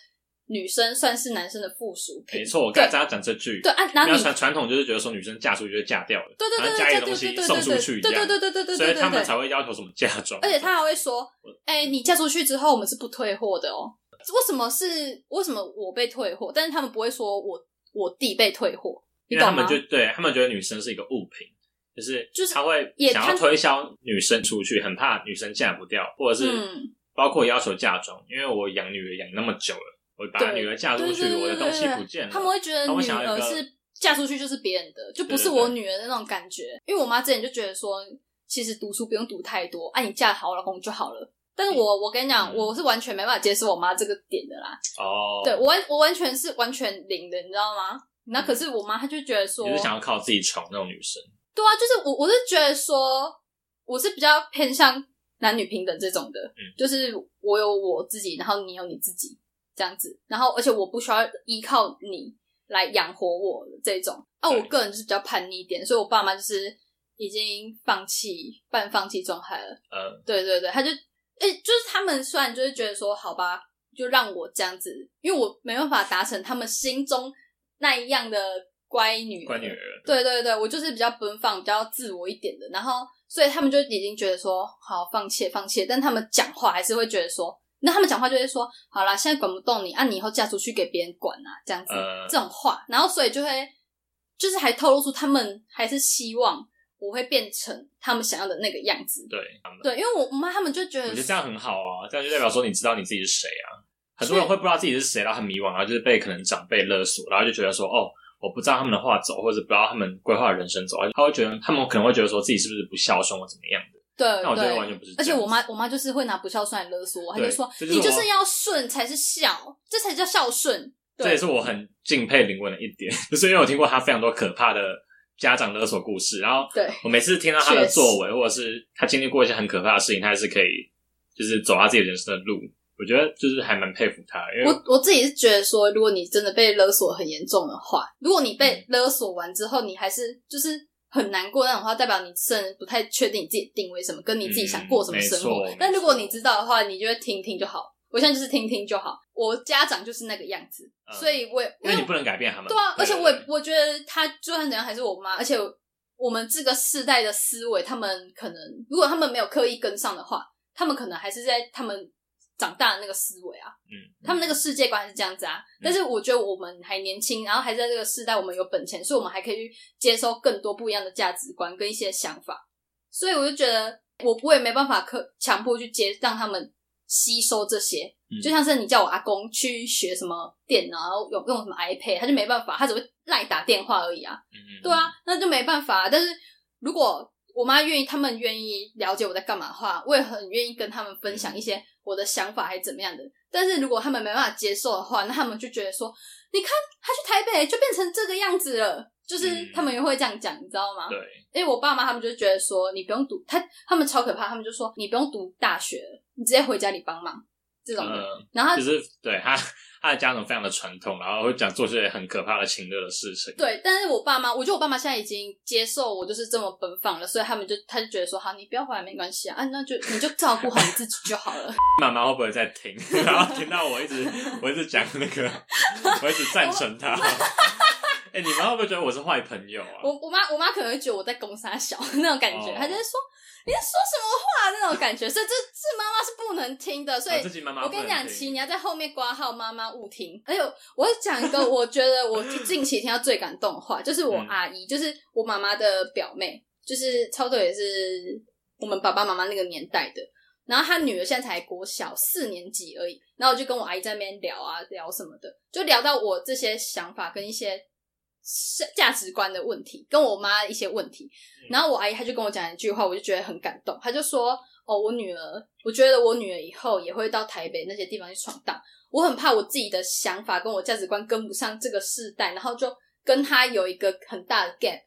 [SPEAKER 1] 女生算是男生的附属品
[SPEAKER 2] 没。错，我刚才讲这句。
[SPEAKER 1] 对啊，然
[SPEAKER 2] 比
[SPEAKER 1] 后
[SPEAKER 2] 较
[SPEAKER 1] 你
[SPEAKER 2] 传传统就是觉得说女生嫁出去就嫁掉了，
[SPEAKER 1] 对对
[SPEAKER 2] 然
[SPEAKER 1] 对
[SPEAKER 2] 后
[SPEAKER 1] 对
[SPEAKER 2] 家里
[SPEAKER 1] 对
[SPEAKER 2] 的东西
[SPEAKER 1] 对对
[SPEAKER 2] 送出去一
[SPEAKER 1] 对
[SPEAKER 2] 样
[SPEAKER 1] 对对对对对对
[SPEAKER 2] 所以
[SPEAKER 1] 对
[SPEAKER 2] 他们
[SPEAKER 1] 对
[SPEAKER 2] 才
[SPEAKER 1] 对，
[SPEAKER 2] 会要求什么嫁妆。
[SPEAKER 1] 而且她还会说，哎，你嫁出去之后，我们是不退货的哦。为什么是为什么我被退货？但是他们不会说我我弟被退货，你
[SPEAKER 2] 因为他
[SPEAKER 1] 懂
[SPEAKER 2] 们
[SPEAKER 1] 吗？
[SPEAKER 2] 就对他们觉得女生是一个物品，就是
[SPEAKER 1] 就是
[SPEAKER 2] 他会
[SPEAKER 1] 也
[SPEAKER 2] 想
[SPEAKER 1] 他
[SPEAKER 2] 要推销女生出去，很怕女生嫁不掉，或者是
[SPEAKER 1] 嗯，
[SPEAKER 2] 包括要求嫁妆，因为我养女儿养那么久了，我把
[SPEAKER 1] 对
[SPEAKER 2] 女儿嫁出
[SPEAKER 1] 对
[SPEAKER 2] 去，
[SPEAKER 1] 对对
[SPEAKER 2] 我的
[SPEAKER 1] 对
[SPEAKER 2] 东西
[SPEAKER 1] 对
[SPEAKER 2] 不见了，
[SPEAKER 1] 他们会觉得
[SPEAKER 2] 他会
[SPEAKER 1] 女
[SPEAKER 2] 想要
[SPEAKER 1] 儿
[SPEAKER 2] 一个
[SPEAKER 1] 是嫁出去就是别人的，就不是
[SPEAKER 2] 对对
[SPEAKER 1] 我
[SPEAKER 2] 对
[SPEAKER 1] 女儿的那种感觉。因为我妈之前就觉得说，其实读书不用读太多，啊，你嫁好老公就好了。但是我我跟你讲，
[SPEAKER 2] 嗯
[SPEAKER 1] 我是完全没办法接受我妈这个点的啦。
[SPEAKER 2] 哦，
[SPEAKER 1] 对我完我完全是完全零的，你知道吗？那
[SPEAKER 2] 嗯
[SPEAKER 1] 可是我妈她就觉得说，
[SPEAKER 2] 也是想要靠自己宠那种女生，
[SPEAKER 1] 对啊，就是我我是觉得说，我是比较偏向男女平等这种的，
[SPEAKER 2] 嗯
[SPEAKER 1] 就是我有我自己，然后你有你自己这样子，然后而且我不需要依靠你来养活我这种。啊，
[SPEAKER 2] 对
[SPEAKER 1] 我个人就是比较叛逆一点，所以我爸妈就是已经放弃半放弃状态了。
[SPEAKER 2] 呃，
[SPEAKER 1] 对对对，他就诶、就是他们虽然就是觉得说，好吧，就让我这样子，因为我没办法达成他们心中那一样的乖女
[SPEAKER 2] 乖女儿，
[SPEAKER 1] 对对对，我就是比较奔放、比较自我一点的，然后所以他们就已经觉得说好放弃放弃，但他们讲话还是会觉得说，那他们讲话就会说好啦，现在管不动你，啊你以后嫁出去给别人管啊这样子、
[SPEAKER 2] 呃
[SPEAKER 1] 这种话，然后所以就会就是还透露出他们还是希望我会变成他们想要的那个样子。
[SPEAKER 2] 对，
[SPEAKER 1] 对，因为我妈他们就觉
[SPEAKER 2] 我
[SPEAKER 1] 得
[SPEAKER 2] 觉得这样很好啊，这样就代表说你知道你自己是谁啊。很多人会不知道自己是谁，然后很迷惘，然后就是被可能长辈勒索，然后就觉得说哦，我不知道他们的话走，或者不知道他们规划的人生走，他会觉得他们可能会觉得说自己是不是不孝顺或怎么样的。
[SPEAKER 1] 对，
[SPEAKER 2] 那我觉得
[SPEAKER 1] 呃对
[SPEAKER 2] 完全不是这
[SPEAKER 1] 而且
[SPEAKER 2] 样
[SPEAKER 1] 我
[SPEAKER 2] 子
[SPEAKER 1] 妈我妈就是会拿不孝顺来勒索我，她就
[SPEAKER 2] 对
[SPEAKER 1] 说
[SPEAKER 2] 这就是
[SPEAKER 1] 你就
[SPEAKER 2] 我
[SPEAKER 1] 是要顺才是孝，这才叫孝顺。
[SPEAKER 2] 这
[SPEAKER 1] 对
[SPEAKER 2] 也是我很敬佩林文的一点， (laughs) 就是因为我听过他非常多可怕的家长勒索故事，然后
[SPEAKER 1] 对。
[SPEAKER 2] 我每次听到他的
[SPEAKER 1] 确实
[SPEAKER 2] 作为，或者是他经历过一些很可怕的事情，他还是可以就是走他自己人生的路。我觉得就是还蛮佩服他，因为
[SPEAKER 1] 我我自己是觉得说，如果你真的被勒索很严重的话，如果你
[SPEAKER 2] 嗯
[SPEAKER 1] 被勒索完之后，你还是就是很难过那种话，代表你真的不太确定你自己定位什么，跟你自己想过什么生活
[SPEAKER 2] 嗯没错。
[SPEAKER 1] 但如果你
[SPEAKER 2] 没错
[SPEAKER 1] 知道的话，你就会听听就好。我现在就是听听就好。我家长就是那个样子，
[SPEAKER 2] 嗯
[SPEAKER 1] 所以我也
[SPEAKER 2] 因为你不能改变他们。
[SPEAKER 1] 对啊，而且我
[SPEAKER 2] 对
[SPEAKER 1] 也我觉得他就算怎样还是我妈，而且我们这个世代的思维，他们可能如果他们没有刻意跟上的话，他们可能还是在他们长大的那个思维啊，
[SPEAKER 2] 嗯，
[SPEAKER 1] 他们那个世界观还是这样子啊。但是我觉得我们还年轻，然后还在这个世代，我们有本钱，所以我们还可以去接收更多不一样的价值观跟一些想法。所以我就觉得我我也没办法刻强迫去接让他们吸收这些，
[SPEAKER 2] 嗯
[SPEAKER 1] 就像是你叫我阿公去学什么电脑，然后用用什么 iPad，他就没办法，他只会赖打电话而已啊。
[SPEAKER 2] 嗯
[SPEAKER 1] 对，啊，那就没办法、但是如果我妈愿意，他们愿意了解我在干嘛的话，我也很愿意跟他们分
[SPEAKER 2] 嗯
[SPEAKER 1] 享一些我的想法，还怎么样的。但是如果他们没办法接受的话，那他们就觉得说，你看他去台北就变成这个样子了，就是
[SPEAKER 2] 嗯
[SPEAKER 1] 他们也会这样讲，你知道吗？
[SPEAKER 2] 对，
[SPEAKER 1] 因为我爸妈他们就觉得说，你不用读他，他们超可怕，他们就说你不用读大学了，你直接回家里帮忙这种的。
[SPEAKER 2] 嗯，
[SPEAKER 1] 然后他
[SPEAKER 2] 就是对他他的家长非常的传统，然后会讲做这些很可怕的情乐的事情。
[SPEAKER 1] 对，但是我爸妈，我觉得我爸妈现在已经接受我就是这么奔放了，所以他们就他就觉得说，好，你不要回来没关系啊，啊，那就你就照顾好你自己就好了。 (laughs)
[SPEAKER 2] 妈妈会不会在听？ (laughs) 然后听到我一直我一直讲那个，我一直赞成他。 (laughs) 哎、你妈会不会觉得我是坏朋友啊？
[SPEAKER 1] 我我妈我妈可能会觉得我在攻杀小那种感觉，
[SPEAKER 2] 哦
[SPEAKER 1] 她就会说你在说什么话那种感觉，所以这这妈妈是不能听的，所以
[SPEAKER 2] 啊自己妈妈
[SPEAKER 1] 我
[SPEAKER 2] 不能
[SPEAKER 1] 跟
[SPEAKER 2] 听，
[SPEAKER 1] 你讲，琪，你要在后面挂号，妈妈勿听。而且我要讲一个，我觉得我近期听到最感动的话，就是我
[SPEAKER 2] 嗯
[SPEAKER 1] 阿姨，就是我妈妈的表妹，就是超多也是我们爸爸妈妈那个年代的。然后她女儿现在才国小四年级而已，然后我就跟我阿姨在那边聊啊聊什么的，就聊到我这些想法跟一些是价值观的问题，跟我妈一些问题。
[SPEAKER 2] 嗯
[SPEAKER 1] 然后我阿姨她就跟我讲一句话，我就觉得很感动，她就说：“哦，我女儿，我觉得我女儿以后也会到台北那些地方去闯荡。我很怕我自己的想法跟我价值观跟不上这个世代，然后就跟她有一个很大的 gap。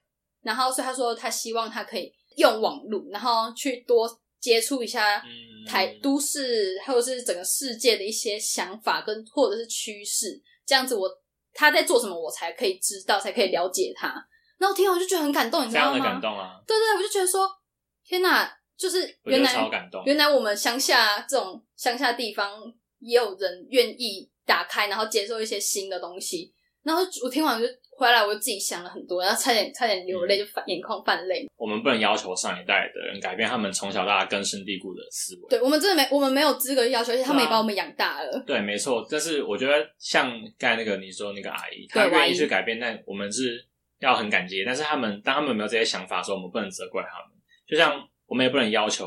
[SPEAKER 1] 然后所以她说，她希望她可以用网络，然后去多接触一下
[SPEAKER 2] 嗯
[SPEAKER 1] 台都市或者是整个世界的一些想法跟或者是趋势，这样子我他在做什么，我才可以知道，才可以了解他。然后听完我就觉得很感动，你知
[SPEAKER 2] 非
[SPEAKER 1] 道
[SPEAKER 2] 常
[SPEAKER 1] 吗？
[SPEAKER 2] 的感动啊，
[SPEAKER 1] 对对，我就觉得说，天哪，就是
[SPEAKER 2] 我觉
[SPEAKER 1] 原
[SPEAKER 2] 得
[SPEAKER 1] 来
[SPEAKER 2] 超感动。
[SPEAKER 1] 原来我们乡下这种乡下地方也有人愿意打开，然后接受一些新的东西。然后我听完我就回来，我就自己想了很多，然后差点差点
[SPEAKER 2] 嗯
[SPEAKER 1] 流泪，就泛眼眶泛泪。
[SPEAKER 2] 我们不能要求上一代的人改变他们从小到大根深蒂固的思维。
[SPEAKER 1] 对我们真的没我们没有资格要求，而且他们
[SPEAKER 2] 对啊
[SPEAKER 1] 也把我们养大了。
[SPEAKER 2] 对，没错。但是我觉得像刚才那个你说那个阿姨，她
[SPEAKER 1] 对我阿
[SPEAKER 2] 愿意
[SPEAKER 1] 姨
[SPEAKER 2] 去改变，但我们是要很感激。但是他们当他们没有这些想法的时候，我们不能责怪他们。就像我们也不能要求，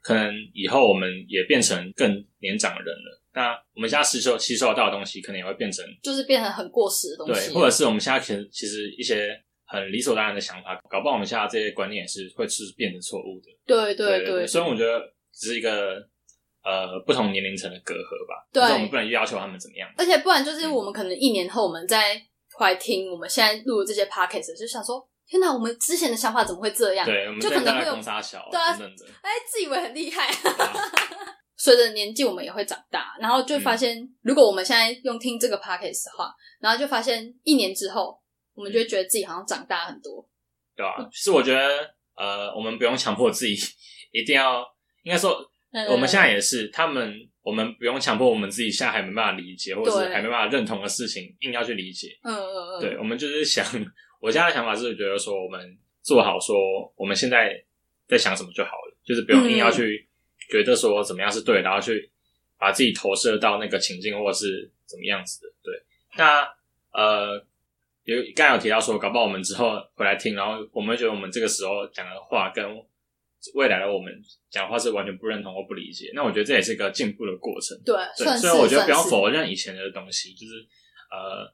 [SPEAKER 2] 可能以后我们也变成更年长的人了。那我们现在吸收吸收到的东西，可能也会变成
[SPEAKER 1] 就是变成很过时的东
[SPEAKER 2] 对，
[SPEAKER 1] 西，
[SPEAKER 2] 或者是我们现在其实其实一些很理所当然的想法，搞不好我们现在这些观念也是会是变成错误的。
[SPEAKER 1] 对
[SPEAKER 2] 对
[SPEAKER 1] 对对，
[SPEAKER 2] 所以我觉得只是一个呃不同年龄层的隔阂吧。
[SPEAKER 1] 对
[SPEAKER 2] 但是我们不能要求他们怎么样。
[SPEAKER 1] 而且不然就是
[SPEAKER 2] 嗯
[SPEAKER 1] 我们可能一年后我们再回来听我们现在录的这些 podcast，就想说，天哪，我们之前的想法怎么会这样？
[SPEAKER 2] 对，我们
[SPEAKER 1] 啊就
[SPEAKER 2] 现
[SPEAKER 1] 可
[SPEAKER 2] 在
[SPEAKER 1] 能会
[SPEAKER 2] 在
[SPEAKER 1] 有
[SPEAKER 2] 攻沙小
[SPEAKER 1] 对啊
[SPEAKER 2] 等等的。
[SPEAKER 1] 哎，自以为很厉害。
[SPEAKER 2] 对啊
[SPEAKER 1] (laughs) 随着年纪，我们也会长大，然后就发现，
[SPEAKER 2] 嗯
[SPEAKER 1] 如果我们现在用听这个 podcast 的话，然后就发现一年之后，我们就会觉得自己好像长大很多。
[SPEAKER 2] 对啊，其实我觉得呃，我们不用强迫自己一定要，应该说我
[SPEAKER 1] 嗯
[SPEAKER 2] 们现在也是，他们我们不用强迫我们自己现在还没办法理解，或者是
[SPEAKER 1] 对
[SPEAKER 2] 还没办法认同的事情，硬要去理解。
[SPEAKER 1] 嗯，嗯嗯嗯，
[SPEAKER 2] 对，我们就是想，我现在的想法是觉得说，我们做好说我们现在在想什么就好了，就是不用硬要去觉得说怎么样是对，然后去把自己投射到那个情境或者是怎么样子的。对，那呃，有刚才有提到说，搞不好我们之后回来听，然后我们会觉得我们这个时候讲的话跟未来的我们讲的话是完全不认同或不理解。那我觉得这也是一个进步的过程。
[SPEAKER 1] 对，
[SPEAKER 2] 对，
[SPEAKER 1] 算是
[SPEAKER 2] 所以我觉得
[SPEAKER 1] 算
[SPEAKER 2] 不要
[SPEAKER 1] 是
[SPEAKER 2] 否认以前的东西，就是呃，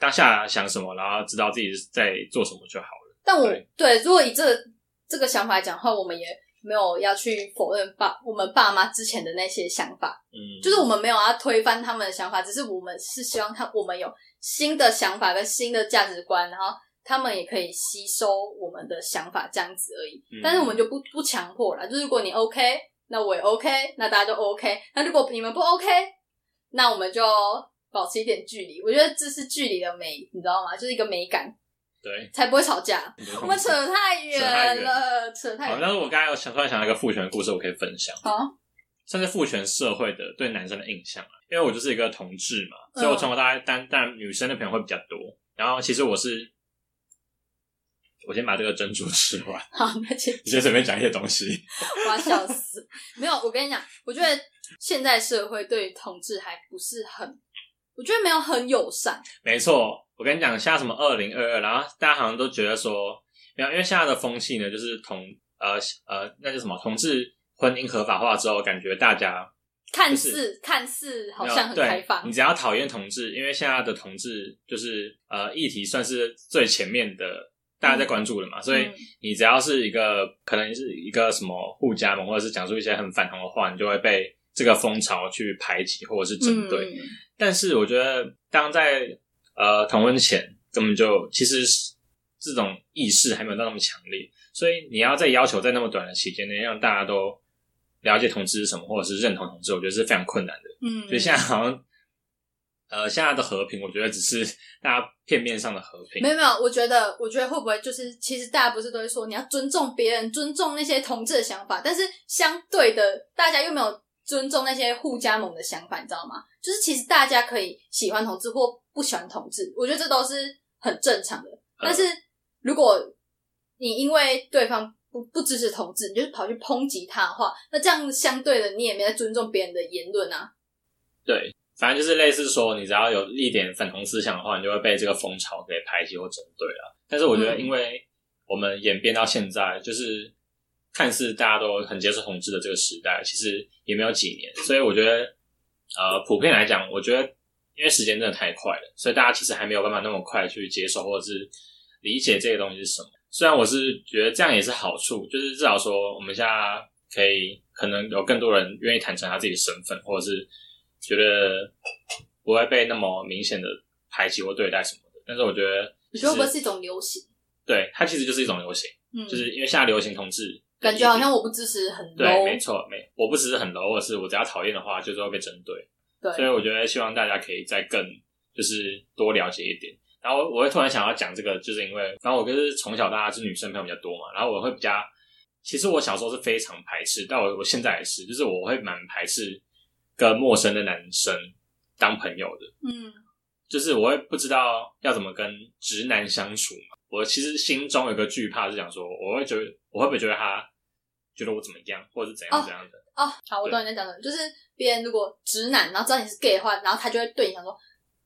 [SPEAKER 2] 当下想什么，然后知道自己在做什么就好了。
[SPEAKER 1] 但我
[SPEAKER 2] 对
[SPEAKER 1] 对，如果以这个这个想法来讲的话，我们也没有要去否认爸我们爸妈之前的那些想法，
[SPEAKER 2] 嗯，
[SPEAKER 1] 就是我们没有要推翻他们的想法，只是我们是希望他我们有新的想法跟新的价值观，然后他们也可以吸收我们的想法这样子而已。
[SPEAKER 2] 嗯
[SPEAKER 1] 但是我们就不不强迫了，就是如果你 OK，那我也 OK，那大家就 OK。那如果你们不 OK，那我们就保持一点距离。我觉得这是距离的美，你知道吗？就是一个美感，
[SPEAKER 2] 对，
[SPEAKER 1] 才不会吵架。我们扯太
[SPEAKER 2] 扯太
[SPEAKER 1] 远
[SPEAKER 2] 远
[SPEAKER 1] 了，扯太
[SPEAKER 2] 好，
[SPEAKER 1] 远
[SPEAKER 2] 但
[SPEAKER 1] 了。
[SPEAKER 2] 是我刚才有想突然想到一个父权的故事，我可以分享。
[SPEAKER 1] 好，
[SPEAKER 2] 算是父权社会的对男生的印象啊，因为我就是一个同志嘛，所以我
[SPEAKER 1] 嗯
[SPEAKER 2] 从小到大当当然女生的朋友会比较多。然后其实我是，我先把这个珍珠吃完， (laughs)
[SPEAKER 1] 好，那就
[SPEAKER 2] 你先随便讲一些东西。
[SPEAKER 1] 我要笑死。没有，我跟你讲，我觉得现在社会对同志还不是很，我觉得没有很友善。
[SPEAKER 2] 没错，我跟你讲，现在什么二零二二，然后大家好像都觉得说，没有，因为现在的风气呢，就是同呃呃，那叫什么同志婚姻合法化之后，感觉大家
[SPEAKER 1] 看
[SPEAKER 2] 就是
[SPEAKER 1] 似看似好
[SPEAKER 2] 没有
[SPEAKER 1] 像很
[SPEAKER 2] 对嗯
[SPEAKER 1] 开放
[SPEAKER 2] 你，只要讨厌同志，因为现在的同志就是呃议题算是最前面的。大家在关注的嘛，所以
[SPEAKER 1] 嗯
[SPEAKER 2] 你只要是一个可能是一个什么互加盟，或者是讲出一些很反同的话，你就会被这个风潮去排挤或者是针对。
[SPEAKER 1] 嗯
[SPEAKER 2] 但是我觉得，当在呃同婚前，根本就其实是这种意识还没有到那么强烈，所以你要在要求在那么短的期间内让大家都了解同志是什么，或者是认同同志，我觉得是非常困难的。
[SPEAKER 1] 嗯，
[SPEAKER 2] 所以现在好像，呃，现在的和平，我觉得只是大家片面上的和平
[SPEAKER 1] 没。有没有，我觉得，我觉得会不会就是，其实大家不是都会说你要尊重别人，尊重那些同志的想法，但是相对的，大家又没有尊重那些互加盟的想法，你知道吗？就是其实大家可以喜欢同志或不喜欢同志，我觉得这都是很正常的。
[SPEAKER 2] 嗯
[SPEAKER 1] 但是如果你因为对方不不支持同志，你就跑去抨击他的话，那这样相对的，你也没在尊重别人的言论啊。
[SPEAKER 2] 对，反正就是类似说，你只要有一点反同思想的话，你就会被这个风潮给排挤或针对了。但是我觉得，
[SPEAKER 1] 嗯
[SPEAKER 2] 因为我们演变到现在，就是看似大家都很接受同志的这个时代，其实也没有几年，所以我觉得，呃，普遍来讲，我觉得因为时间真的太快了，所以大家其实还没有办法那么快去接受或者是理解这些东西是什么。虽然我是觉得这样也是好处，就是至少说我们现在可以可能有更多人愿意坦诚他自己的身份，或者是觉得不会被那么明显的排挤或对待什么的。但是我觉得
[SPEAKER 1] 你
[SPEAKER 2] 其
[SPEAKER 1] 觉
[SPEAKER 2] 实，
[SPEAKER 1] 得会不会是一种流行？
[SPEAKER 2] 对它其实就是一种流行，
[SPEAKER 1] 嗯，
[SPEAKER 2] 就是因为现在流行同志的
[SPEAKER 1] 感觉好
[SPEAKER 2] 议题
[SPEAKER 1] 像我不支持很 low，
[SPEAKER 2] 对，没错，没我不只是很 low，我是我只要讨厌的话，就是会被针对。
[SPEAKER 1] 对
[SPEAKER 2] 所以我觉得希望大家可以再更就是多了解一点。然后我会突然想要讲这个，就是因为，然后我就是从小到大就是女生朋友比较多嘛，然后我会比较，其实我小时候是非常排斥，但我我现在也是，就是我会蛮排斥跟陌生的男生当朋友的，
[SPEAKER 1] 嗯，
[SPEAKER 2] 就是我会不知道要怎么跟直男相处嘛。我其实心中有个惧怕是想说，我会觉得我会不会觉得他觉得我怎么样，或者是怎样
[SPEAKER 1] 哦
[SPEAKER 2] 怎样的。
[SPEAKER 1] 哦，好，我懂你在讲什么，就是别人如果直男，然后知道你是 gay 的话，然后他就会对你讲说，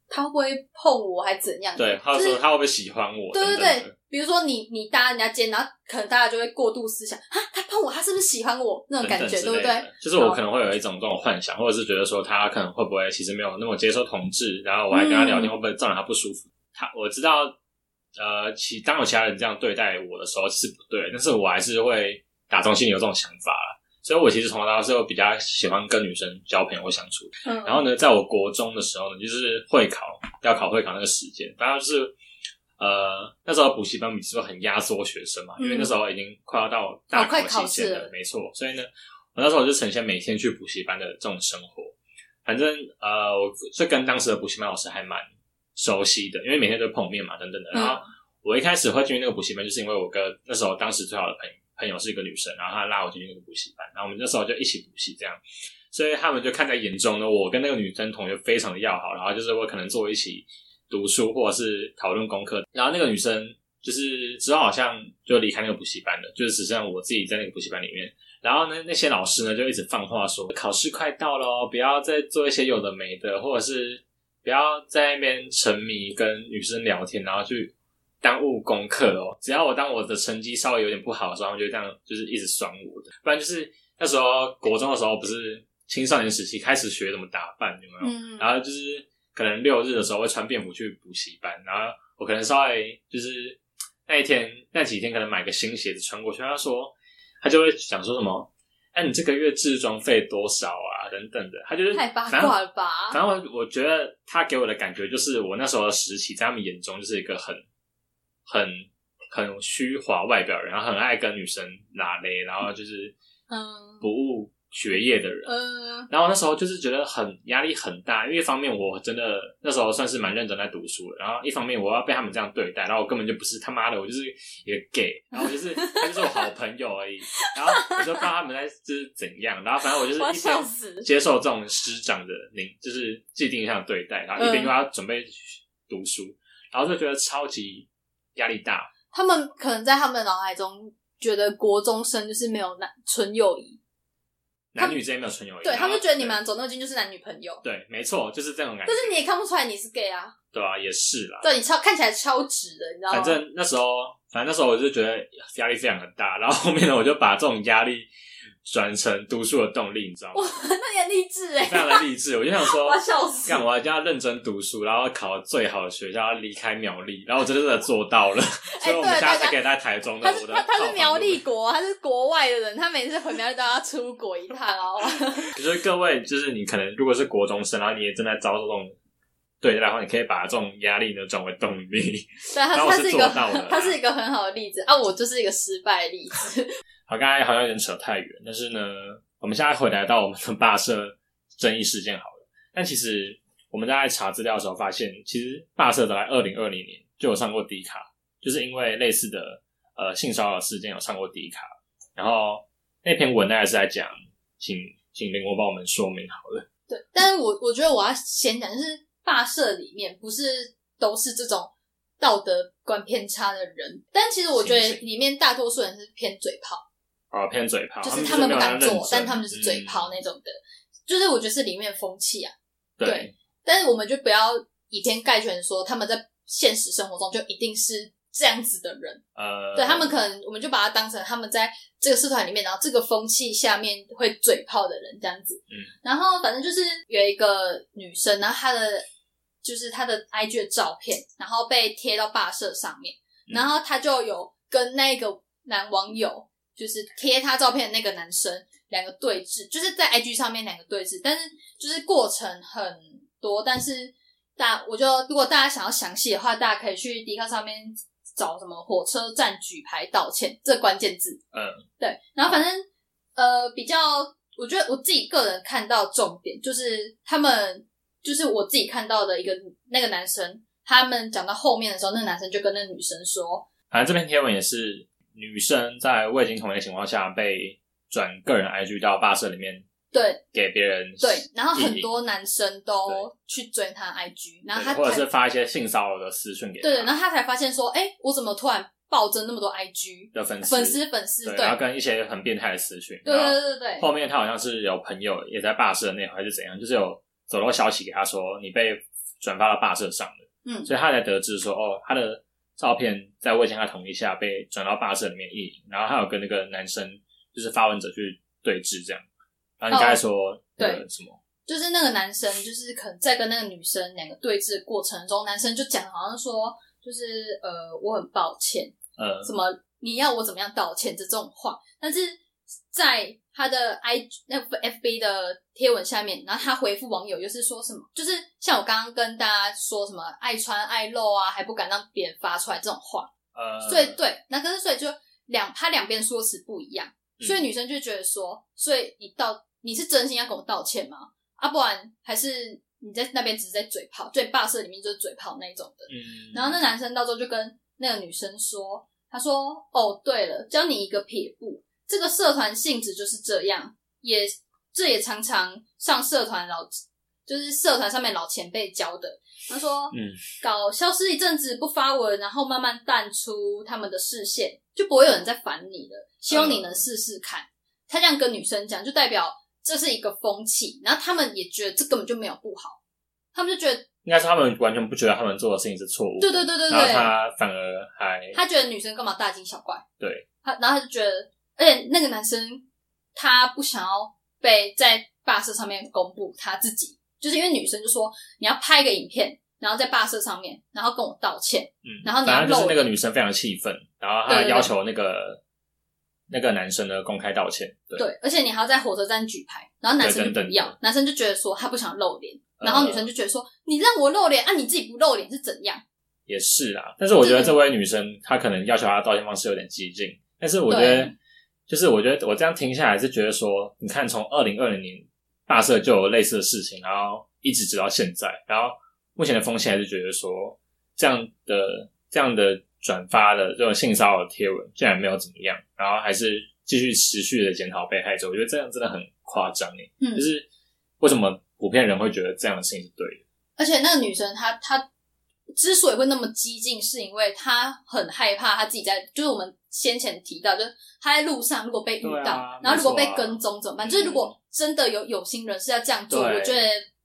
[SPEAKER 1] 他会不会碰我，还怎样？
[SPEAKER 2] 对，他
[SPEAKER 1] 就
[SPEAKER 2] 会
[SPEAKER 1] 是
[SPEAKER 2] 说他会不会喜欢我？
[SPEAKER 1] 对对
[SPEAKER 2] 等等的
[SPEAKER 1] 对，比如说你你搭人家肩，然后可能大家就会过度思想，啊，他碰我，他是不是喜欢我那种
[SPEAKER 2] 等
[SPEAKER 1] 感
[SPEAKER 2] 等
[SPEAKER 1] 觉，
[SPEAKER 2] 之
[SPEAKER 1] 对不
[SPEAKER 2] 类
[SPEAKER 1] 对
[SPEAKER 2] 的？就是我
[SPEAKER 1] 好
[SPEAKER 2] 可能会有一种这种幻想，或者是觉得说他可能会不会其实没有那么接受同志，然后我还跟他聊
[SPEAKER 1] 嗯
[SPEAKER 2] 天会不会造成他不舒服？他我知道，呃，其当有其他人这样对待我的时候是不对的，但是我还是会打从心里有这种想法啦。所以我其实从小到大是有比较喜欢跟女生交朋友或相处的。
[SPEAKER 1] 嗯，
[SPEAKER 2] 然后呢，在我国中的时候呢，就是会考要考会考那个时间，反正就是呃那时候补习班不是很压缩学生嘛，因为
[SPEAKER 1] 嗯
[SPEAKER 2] 那时候已经快要到
[SPEAKER 1] 哦
[SPEAKER 2] 大
[SPEAKER 1] 快考
[SPEAKER 2] 期间
[SPEAKER 1] 试
[SPEAKER 2] 了，
[SPEAKER 1] 了
[SPEAKER 2] 没错。所以呢，我那时候就呈现每天去补习班的这种生活。反正呃，我就跟当时的补习班老师还蛮熟悉的，因为每天都碰面嘛，等等的。
[SPEAKER 1] 嗯
[SPEAKER 2] 然后我一开始会进去那个补习班，就是因为我跟那时候当时最好的朋朋友是一个女生，然后她拉我进去那个补习班，然后我们那时候就一起补习这样。所以他们就看在眼中呢，我跟那个女生同学非常的要好，然后就是我可能坐一起读书或者是讨论功课，然后那个女生就是之后好像就离开那个补习班了，就是只剩我自己在那个补习班里面。然后呢，那些老师呢就一直放话说，考试快到了哦，不要再做一些有的没的，或者是不要在那边沉迷跟女生聊天，然后去耽误功课哦。只要我当我的成绩稍微有点不好的时候，他们就这样就是一直酸我的。不然就是那时候国中的时候，不是青少年时期开始学怎么打扮，有没有？
[SPEAKER 1] 嗯，
[SPEAKER 2] 然后就是可能六日的时候会穿便服去补习班，然后我可能稍微就是那一天那几天可能买个新鞋子穿过去，他说他就会讲说什么，哎、你这个月置装费多少啊？等等的，他就是
[SPEAKER 1] 太八
[SPEAKER 2] 反正
[SPEAKER 1] 卦了吧？
[SPEAKER 2] 反正我我觉得他给我的感觉就是，我那时候的时期，在他们眼中就是一个很、很、很虚华外表的人，然后很爱跟女生拉勒，然后就是
[SPEAKER 1] 嗯
[SPEAKER 2] 不务学业的人。
[SPEAKER 1] 嗯
[SPEAKER 2] 然后那时候就是觉得很压力很大，因为一方面我真的那时候算是蛮认真在读书了，然后一方面我要被他们这样对待，然后我根本就不是他妈的，我就是一个 gay，然后我就是他就是我好朋友而已，然后我就不知道他们在就是怎样，然后反正我就是
[SPEAKER 1] 我要
[SPEAKER 2] 一边
[SPEAKER 1] 笑死
[SPEAKER 2] 接受这种师长的您就是既定上的对待，然后一
[SPEAKER 1] 嗯
[SPEAKER 2] 边又要准备读书，然后就觉得超级压力大，
[SPEAKER 1] 他们可能在他们脑海中觉得国中生就是没有男纯友谊，
[SPEAKER 2] 男女之间没有纯友谊，
[SPEAKER 1] 对他们
[SPEAKER 2] 们
[SPEAKER 1] 就觉得你们走那么近就是男女朋友，
[SPEAKER 2] 对，没错，就是这种感觉
[SPEAKER 1] 但，是你也看不出来你是 gay 啊，
[SPEAKER 2] 对啊，也是啦。
[SPEAKER 1] 对你超看起来超直的，你知道吗？
[SPEAKER 2] 反正那时候，反正那时候我就觉得压力非常的大，然后后面呢，我就把这种压力转成读书的动力，你知道吗
[SPEAKER 1] 哇？，那你很励志哎、
[SPEAKER 2] 非常的励志，我就想说
[SPEAKER 1] 我要，笑死！
[SPEAKER 2] 干我一定要认真读书，然后考最好的学校，要离开苗栗，然后我真的做到了，所以我们
[SPEAKER 1] 哎对
[SPEAKER 2] 现在
[SPEAKER 1] 大家
[SPEAKER 2] 才可以在台中的
[SPEAKER 1] 他
[SPEAKER 2] 我
[SPEAKER 1] 是
[SPEAKER 2] 的
[SPEAKER 1] 他他
[SPEAKER 2] 套
[SPEAKER 1] 是
[SPEAKER 2] 房
[SPEAKER 1] 苗栗
[SPEAKER 2] 住
[SPEAKER 1] 国，他是国外的人，他每次回苗栗都要出国一趟哦。 (laughs)
[SPEAKER 2] 就是各位，就是你可能如果是国中生，然后你也正在遭受这种对待的话，你可以把这种压力呢转为动力。
[SPEAKER 1] 对，啊他
[SPEAKER 2] 然后我
[SPEAKER 1] 他
[SPEAKER 2] 是
[SPEAKER 1] 一个
[SPEAKER 2] 做到的
[SPEAKER 1] 他是一个很好的例子啊，我就是一个失败例子。
[SPEAKER 2] 好，刚才好像有点扯太远，但是呢，我们现在回来到我们的霸社争议事件好了。但其实我们在查资料的时候发现，其实霸社早在二零二零年就有上过迪卡，就是因为类似的呃性骚扰事件有上过迪卡，然后那篇文大概是在讲，请请林国帮我们说明好了。
[SPEAKER 1] 对，但是我我觉得我要先讲，就是霸社里面不是都是这种道德观偏差的人，但其实我觉得
[SPEAKER 2] 是是
[SPEAKER 1] 里面大多数人是偏嘴炮。
[SPEAKER 2] 哦，偏嘴炮，
[SPEAKER 1] 就是
[SPEAKER 2] 他
[SPEAKER 1] 他们
[SPEAKER 2] 没
[SPEAKER 1] 不
[SPEAKER 2] 有
[SPEAKER 1] 敢
[SPEAKER 2] 那么认
[SPEAKER 1] 做
[SPEAKER 2] 真，
[SPEAKER 1] 但他们就是嘴炮
[SPEAKER 2] 嗯
[SPEAKER 1] 那种的，就是我觉得是里面的风气啊。
[SPEAKER 2] 对
[SPEAKER 1] 对，但是我们就不要以偏概全，说他们在现实生活中就一定是这样子的人。
[SPEAKER 2] 呃，
[SPEAKER 1] 对他们可能，我们就把它当成他们在这个社团里面，然后这个风气下面会嘴炮的人这样子。
[SPEAKER 2] 嗯，
[SPEAKER 1] 然后反正就是有一个女生，然后她的就是她的 IG 的照片，然后被贴到霸社上面，
[SPEAKER 2] 嗯
[SPEAKER 1] 然后她就有跟那个男网友，就是贴她照片的那个男生两个对峙，就是在 IG 上面两个对峙，但是就是过程很多，但是大我就如果大家想要详细的话，大家可以去 d 卡上面找什么火车站举牌道歉这关键字。
[SPEAKER 2] 嗯，
[SPEAKER 1] 对。然后反正呃比较，我觉得我自己个人看到重点就是他们就是我自己看到的一个那个男生，他们讲到后面的时候，那个男生就跟那个女生说，
[SPEAKER 2] 反正这篇贴文也是女生在未经同意的情况下被转个人 IG 到霸社里面
[SPEAKER 1] 对
[SPEAKER 2] 给别人
[SPEAKER 1] 对，然后很
[SPEAKER 2] 意
[SPEAKER 1] 多男生都去追他的 IG，然后他
[SPEAKER 2] 淫或者是
[SPEAKER 1] 才
[SPEAKER 2] 发一些性骚扰的私讯给
[SPEAKER 1] 对对，
[SPEAKER 2] 他
[SPEAKER 1] 然后他才发现说，哎、我怎么突然暴增那么多 IG
[SPEAKER 2] 的粉
[SPEAKER 1] 粉丝粉丝，
[SPEAKER 2] 对，
[SPEAKER 1] 对
[SPEAKER 2] 然后跟一些很变态的私讯，
[SPEAKER 1] 对
[SPEAKER 2] 然后
[SPEAKER 1] 对对对对
[SPEAKER 2] 后面他好像是有朋友也在霸社内还是怎样，就是有走漏消息给他说你被转发到霸社上了，
[SPEAKER 1] 嗯
[SPEAKER 2] 所以他才得知说哦，他的照片在未经他同意下被转到霸社里面意淫，然后他有跟那个男生就是发文者去对峙这样，然后你刚才
[SPEAKER 1] 哦
[SPEAKER 2] 说、那个什么，
[SPEAKER 1] 就是那个男生，就是可能在跟那个女生两个对峙的过程中，男生就讲好像说，就是呃，我很抱歉，
[SPEAKER 2] 呃，
[SPEAKER 1] 什么你要我怎么样道歉这种话，但是在他的 i 那不 FB 的贴文下面，然后他回复网友又是说什么，就是像我刚刚跟大家说什么爱穿爱露啊，还不敢让别人发出来这种话，
[SPEAKER 2] 呃，
[SPEAKER 1] 所以对，那可是所以就两他两边说辞不一样，
[SPEAKER 2] 嗯
[SPEAKER 1] 所以女生就觉得说，所以你道你是真心要跟我道歉吗？啊，不然还是你在那边只是在嘴炮，最霸社里面就是嘴炮那一种的。
[SPEAKER 2] 嗯，
[SPEAKER 1] 然后那男生到时候就跟那个女生说，他说：“哦，对了，教你一个撇步，这个社团性质就是这样，也这也常常上社团老，就是社团上面老前辈教的。”他说：“
[SPEAKER 2] 嗯，
[SPEAKER 1] 搞消失一阵子不发文，然后慢慢淡出他们的视线，就不会有人再烦你了。希望你能试试看。他这样跟女生讲，就代表这是一个风气，然后他们也觉得这根本就没有不好，他们就觉得
[SPEAKER 2] 应该是他们完全不觉得他们做的事情是错误的，
[SPEAKER 1] 对对对对
[SPEAKER 2] 然后
[SPEAKER 1] 对
[SPEAKER 2] 他反而还
[SPEAKER 1] 他觉得女生干嘛大惊小怪？
[SPEAKER 2] 对，
[SPEAKER 1] 他然后他就觉得，而且那个男生他不想要被在霸社上面公布他自己，就是因为女生就说你要拍一个影片，然后在霸社上面，然后跟我道歉，
[SPEAKER 2] 嗯，
[SPEAKER 1] 然后你要
[SPEAKER 2] 反正就是
[SPEAKER 1] 露
[SPEAKER 2] 那个女生非常气愤，然后
[SPEAKER 1] 对
[SPEAKER 2] 她
[SPEAKER 1] 对对
[SPEAKER 2] 要求那个那个男生呢公开道歉，对，
[SPEAKER 1] 对，而且你还要在火车站举牌，然后男生
[SPEAKER 2] 对
[SPEAKER 1] 就
[SPEAKER 2] 等
[SPEAKER 1] 不
[SPEAKER 2] 等
[SPEAKER 1] 要，男生就觉得说他不想露脸，
[SPEAKER 2] 呃
[SPEAKER 1] 然后女生就觉得说、你让我露脸啊，你自己不露脸是怎样？
[SPEAKER 2] 也是啦。但是我觉得
[SPEAKER 1] 对
[SPEAKER 2] 这位女生她可能要求她的道歉方式有点激进，但是我觉
[SPEAKER 1] 对
[SPEAKER 2] 得就是我觉得我这样听下来是觉得说，你看从二零二零年大社就有类似的事情，然后一直直到现在，然后目前的风气还是觉得说这样的这样的转发的这种性骚扰的贴文竟然没有怎么样，然后还是继续持续的检讨被害者，我觉得这样真的很夸张诶。
[SPEAKER 1] 嗯
[SPEAKER 2] 就是为什么普遍人会觉得这样的事情是对的？
[SPEAKER 1] 而且那个女生她她之所以会那么激进，是因为她很害怕她自己在，就是我们先前提到，就是她在路上如果被遇
[SPEAKER 2] 对
[SPEAKER 1] 到，
[SPEAKER 2] 啊
[SPEAKER 1] 然后如果
[SPEAKER 2] 没
[SPEAKER 1] 被
[SPEAKER 2] 错啊
[SPEAKER 1] 跟踪怎么办？
[SPEAKER 2] 嗯
[SPEAKER 1] 就是如果真的有有心人士要这样做，
[SPEAKER 2] 对
[SPEAKER 1] 我觉得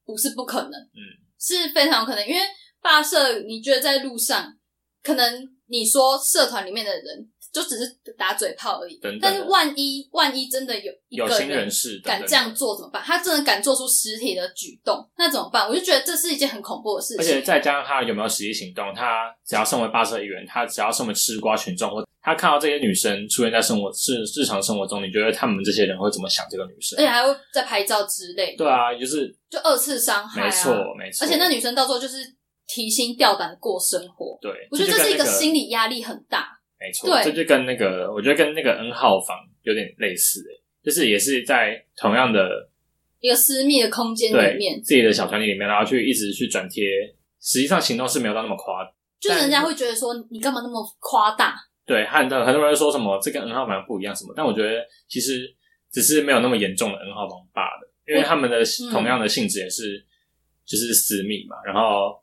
[SPEAKER 1] 不是不可能，
[SPEAKER 2] 嗯，
[SPEAKER 1] 是非常有可能，因为霸社，你觉得在路上，可能你说社团里面的人就只是打嘴炮而已，
[SPEAKER 2] 等等的
[SPEAKER 1] 但是万一万一真的有一个
[SPEAKER 2] 有心人士等等
[SPEAKER 1] 敢
[SPEAKER 2] 的
[SPEAKER 1] 这样做怎么办？他真的敢做出实体的举动，那怎么办？我就觉得这是一件很恐怖的事
[SPEAKER 2] 而
[SPEAKER 1] 情。
[SPEAKER 2] 且再加上他有没有实际行动，他只要身为巴士一员，他只要身为吃瓜群众，或他看到这些女生出现在生活日日常生活中，你觉得他们这些人会怎么想这个女生
[SPEAKER 1] 而？且还会再拍照之类，
[SPEAKER 2] 对啊，就是
[SPEAKER 1] 就二次伤害、啊。
[SPEAKER 2] 没错，没错。
[SPEAKER 1] 而且那女生到时候就是提心吊胆的过生活，
[SPEAKER 2] 对，
[SPEAKER 1] 我觉得这是一
[SPEAKER 2] 就
[SPEAKER 1] 个
[SPEAKER 2] 跟那
[SPEAKER 1] 心理压力很大。
[SPEAKER 2] 没错，
[SPEAKER 1] 对
[SPEAKER 2] 这就跟那个，我觉得跟那个 N 号房有点类似、欸，就是也是在同样的
[SPEAKER 1] 一个私密的空间
[SPEAKER 2] 对
[SPEAKER 1] 里面，
[SPEAKER 2] 自己的小团体里面，然后去一直去转贴，实际上行动是没有到那么夸
[SPEAKER 1] 就是人家会觉得说你干嘛那么夸大？
[SPEAKER 2] 对，很多很多人说什么这跟 N 号房不一样什么，但我觉得其实只是没有那么严重的 N 号房罢了，因为他们的同样的性质也是、就是私密嘛，然后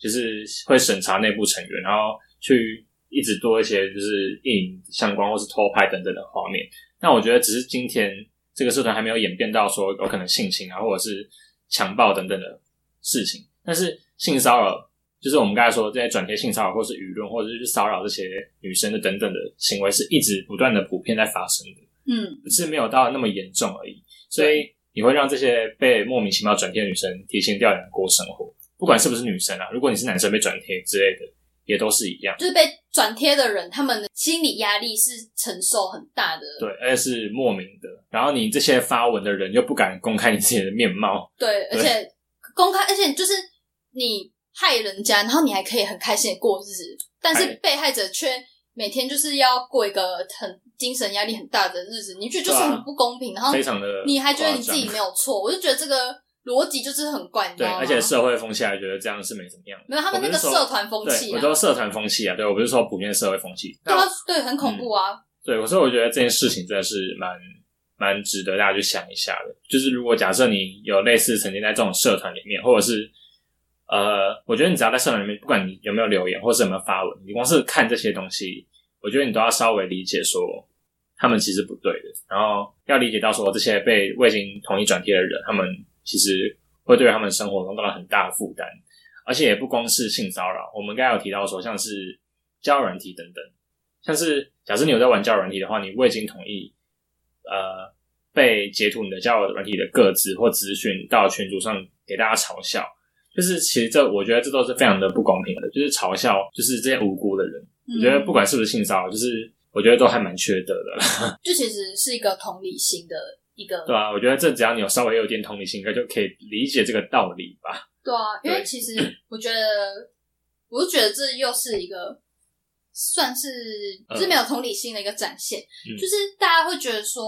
[SPEAKER 2] 就是会审查内部成员，然后去一直多一些就是意淫相关或是偷拍等等的画面。那我觉得只是今天这个社团还没有演变到说有可能性侵啊，或者是强暴等等的事情，但是性骚扰。就是我们刚才说这些转贴性骚扰，或是舆论，或者是骚扰这些女生的等等的行为，是一直不断的普遍在发生的，
[SPEAKER 1] 嗯，
[SPEAKER 2] 只是没有到那么严重而已。所以你会让这些被莫名其妙转贴的女生提心吊胆地过生活，不管是不是女生啊，如果你是男生被转贴之类的，也都是一样。
[SPEAKER 1] 就是被转贴的人，他们的心理压力是承受很大的。
[SPEAKER 2] 对，而且是莫名的。然后你这些发文的人又不敢公开你自己的面貌，
[SPEAKER 1] 对，而
[SPEAKER 2] 对
[SPEAKER 1] 且公开，而且就是你害人家，然后你还可以很开心的过日子，但是
[SPEAKER 2] 哎
[SPEAKER 1] 被害者却每天就是要过一个很精神压力很大的日子，你觉得就是
[SPEAKER 2] 对啊
[SPEAKER 1] 很不公平，然后
[SPEAKER 2] 非常的
[SPEAKER 1] 哦你还觉得你
[SPEAKER 2] 夸
[SPEAKER 1] 自
[SPEAKER 2] 张
[SPEAKER 1] 己没有错，我就觉得这个逻辑就是很怪，你知
[SPEAKER 2] 对，
[SPEAKER 1] 道吗
[SPEAKER 2] 而且社会风气还觉得这样是没怎么样的。
[SPEAKER 1] 啊没有他们那个
[SPEAKER 2] 我不是说
[SPEAKER 1] 社团风气
[SPEAKER 2] 对，
[SPEAKER 1] 啊
[SPEAKER 2] 我，说社团风气啊，对我不是说普遍社会风气。
[SPEAKER 1] 对
[SPEAKER 2] 那
[SPEAKER 1] 啊，对，很
[SPEAKER 2] 嗯
[SPEAKER 1] 恐怖啊。
[SPEAKER 2] 对，所以我觉得这件事情真的是蛮蛮值得大家去想一下的。就是如果假设你有类似曾经在这种社团里面，或者是呃，我觉得你只要在社团里面，不管你有没有留言或是有没有发文，你光是看这些东西，我觉得你都要稍微理解说他们其实不对的，然后要理解到说这些被未经同意转贴的人，他们其实会对他们生活中造成很大的负担。而且也不光是性骚扰，我们刚才有提到说，像是交友软体等等，像是假设你有在玩交友软体的话，你未经同意，呃，被截图你的交友软体的个资或资讯到群组上给大家嘲笑，就是其实这我觉得这都是非常的不公平的，就是嘲笑就是这些无辜的人，我觉得不
[SPEAKER 1] 嗯、
[SPEAKER 2] 管是不是性骚扰，就是我觉得都还蛮缺德的啦。
[SPEAKER 1] 就其实是一个同理心的一个，
[SPEAKER 2] 对啊，我觉得这只要你有稍微有点同理心，应该就可以理解这个道理吧。
[SPEAKER 1] 对啊，因为
[SPEAKER 2] 对
[SPEAKER 1] 其实我觉得，我就觉得这又是一个算是
[SPEAKER 2] 嗯
[SPEAKER 1] 就是没有同理心的一个展现，
[SPEAKER 2] 嗯
[SPEAKER 1] 就是大家会觉得说，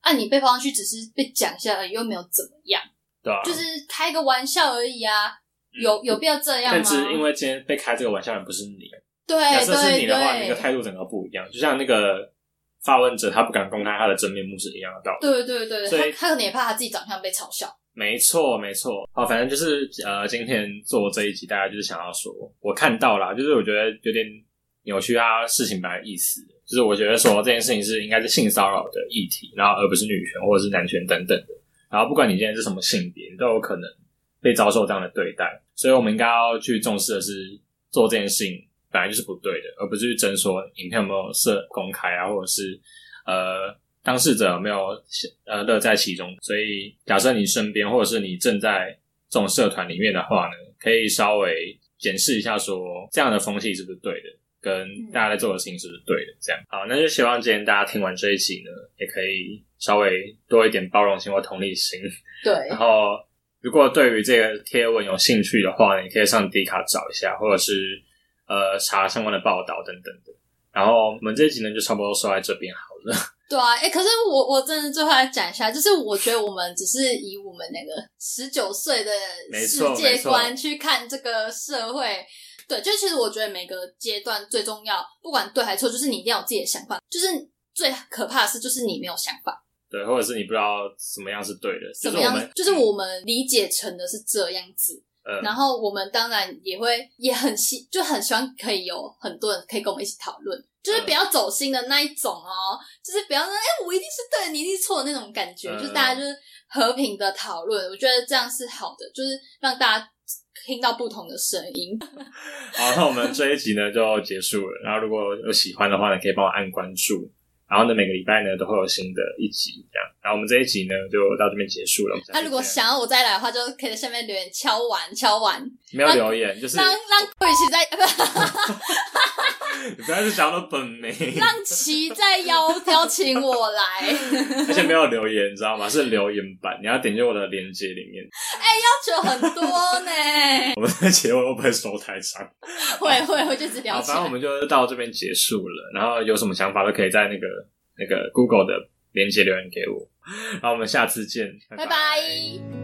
[SPEAKER 1] 啊，你被抛上去只是被讲一下而已，又没有怎么样，
[SPEAKER 2] 对啊，
[SPEAKER 1] 就是开个玩笑而已啊，有有必要这样吗？
[SPEAKER 2] 嗯但是因为今天被开这个玩笑的人不是你，
[SPEAKER 1] 对
[SPEAKER 2] 假设是
[SPEAKER 1] 对
[SPEAKER 2] 你的话，你
[SPEAKER 1] 对
[SPEAKER 2] 那个态度整个不一样。就像那个发问者，他不敢公开他的真面目是一样的道理。
[SPEAKER 1] 对对对
[SPEAKER 2] 所
[SPEAKER 1] 对，
[SPEAKER 2] 以
[SPEAKER 1] 他他可能也怕他自己长相被嘲笑，
[SPEAKER 2] 没错，没错。好，反正就是呃，今天做这一集，大家就是想要说，我看到啦，就是我觉得有点扭曲他事情本来的意思，就是我觉得说这件事情是应该是性骚扰的议题，然后而不是女权或者是男权等等的。然后不管你今天是什么性别，你都有可能被遭受这样的对待，所以我们应该要去重视的是做这件事情本来就是不对的，而不是去争说影片有没有设公开啊，或者是呃当事者有没有呃乐在其中。所以，假设你身边或者是你正在这种社团里面的话呢，可以稍微检视一下说这样的风气是不是对的，跟大家在做的事情是不是对的。这样好，那就希望今天大家听完这一集呢，也可以稍微多一点包容心或同理心。
[SPEAKER 1] 对，
[SPEAKER 2] 然后，如果对于这个贴文有兴趣的话，你可以上 D 卡找一下，或者是呃查相关的报道等等的。然后我们这一集呢，就差不多说在这边好了。
[SPEAKER 1] 对啊，哎、可是我我真的最后来讲一下，就是我觉得我们只是以我们那个十九岁的
[SPEAKER 2] 没
[SPEAKER 1] 世
[SPEAKER 2] 错
[SPEAKER 1] 界
[SPEAKER 2] 没错
[SPEAKER 1] 观去看这个社会。对，就其实我觉得每个阶段最重要，不管对还错，就是你一定要有自己的想法。就是最可怕的是，就是你没有想法，
[SPEAKER 2] 对，或者是你不知道什么样是对的，
[SPEAKER 1] 怎么样？就
[SPEAKER 2] 就
[SPEAKER 1] 是是
[SPEAKER 2] 我们，嗯
[SPEAKER 1] 我们理解成的是这样子，
[SPEAKER 2] 呃，
[SPEAKER 1] 然后我们当然也会也很希，就很希望可以有很多人可以跟我们一起讨论，就是不要走心的那一种哦，就是不要说哎、我一定是对的，你一定是错的那种感觉，
[SPEAKER 2] 嗯
[SPEAKER 1] 就是大家就是和平的讨论，我觉得这样是好的，就是让大家听到不同的声音。
[SPEAKER 2] 嗯好，那我们这一集呢就结束了。然后如果有喜欢的话呢，可以帮我按关注。然后呢，每个礼拜呢都会有新的一集这样。然后我们这一集呢就到这边结束了。
[SPEAKER 1] 那、如果
[SPEAKER 2] 下
[SPEAKER 1] 想要我再来的话，就可以在下面留言敲完敲完，
[SPEAKER 2] 没有留言，就是
[SPEAKER 1] 让让桂琪在 (laughs)
[SPEAKER 2] 你不要去讲到本名，
[SPEAKER 1] 让琪在邀邀请我来， (laughs) 要
[SPEAKER 2] 而且没有留言，你知道吗？是留言版，你要点进我的链接里面。
[SPEAKER 1] 求很多呢， (laughs)
[SPEAKER 2] 我们的结尾会不会收太长？
[SPEAKER 1] 会会会就只聊
[SPEAKER 2] 好，
[SPEAKER 1] 起
[SPEAKER 2] 反正我
[SPEAKER 1] 来。
[SPEAKER 2] 们就到这边结束了。然后有什么想法都可以在那个那个 Google 的链接留言给我。然后我们下次见，
[SPEAKER 1] 拜拜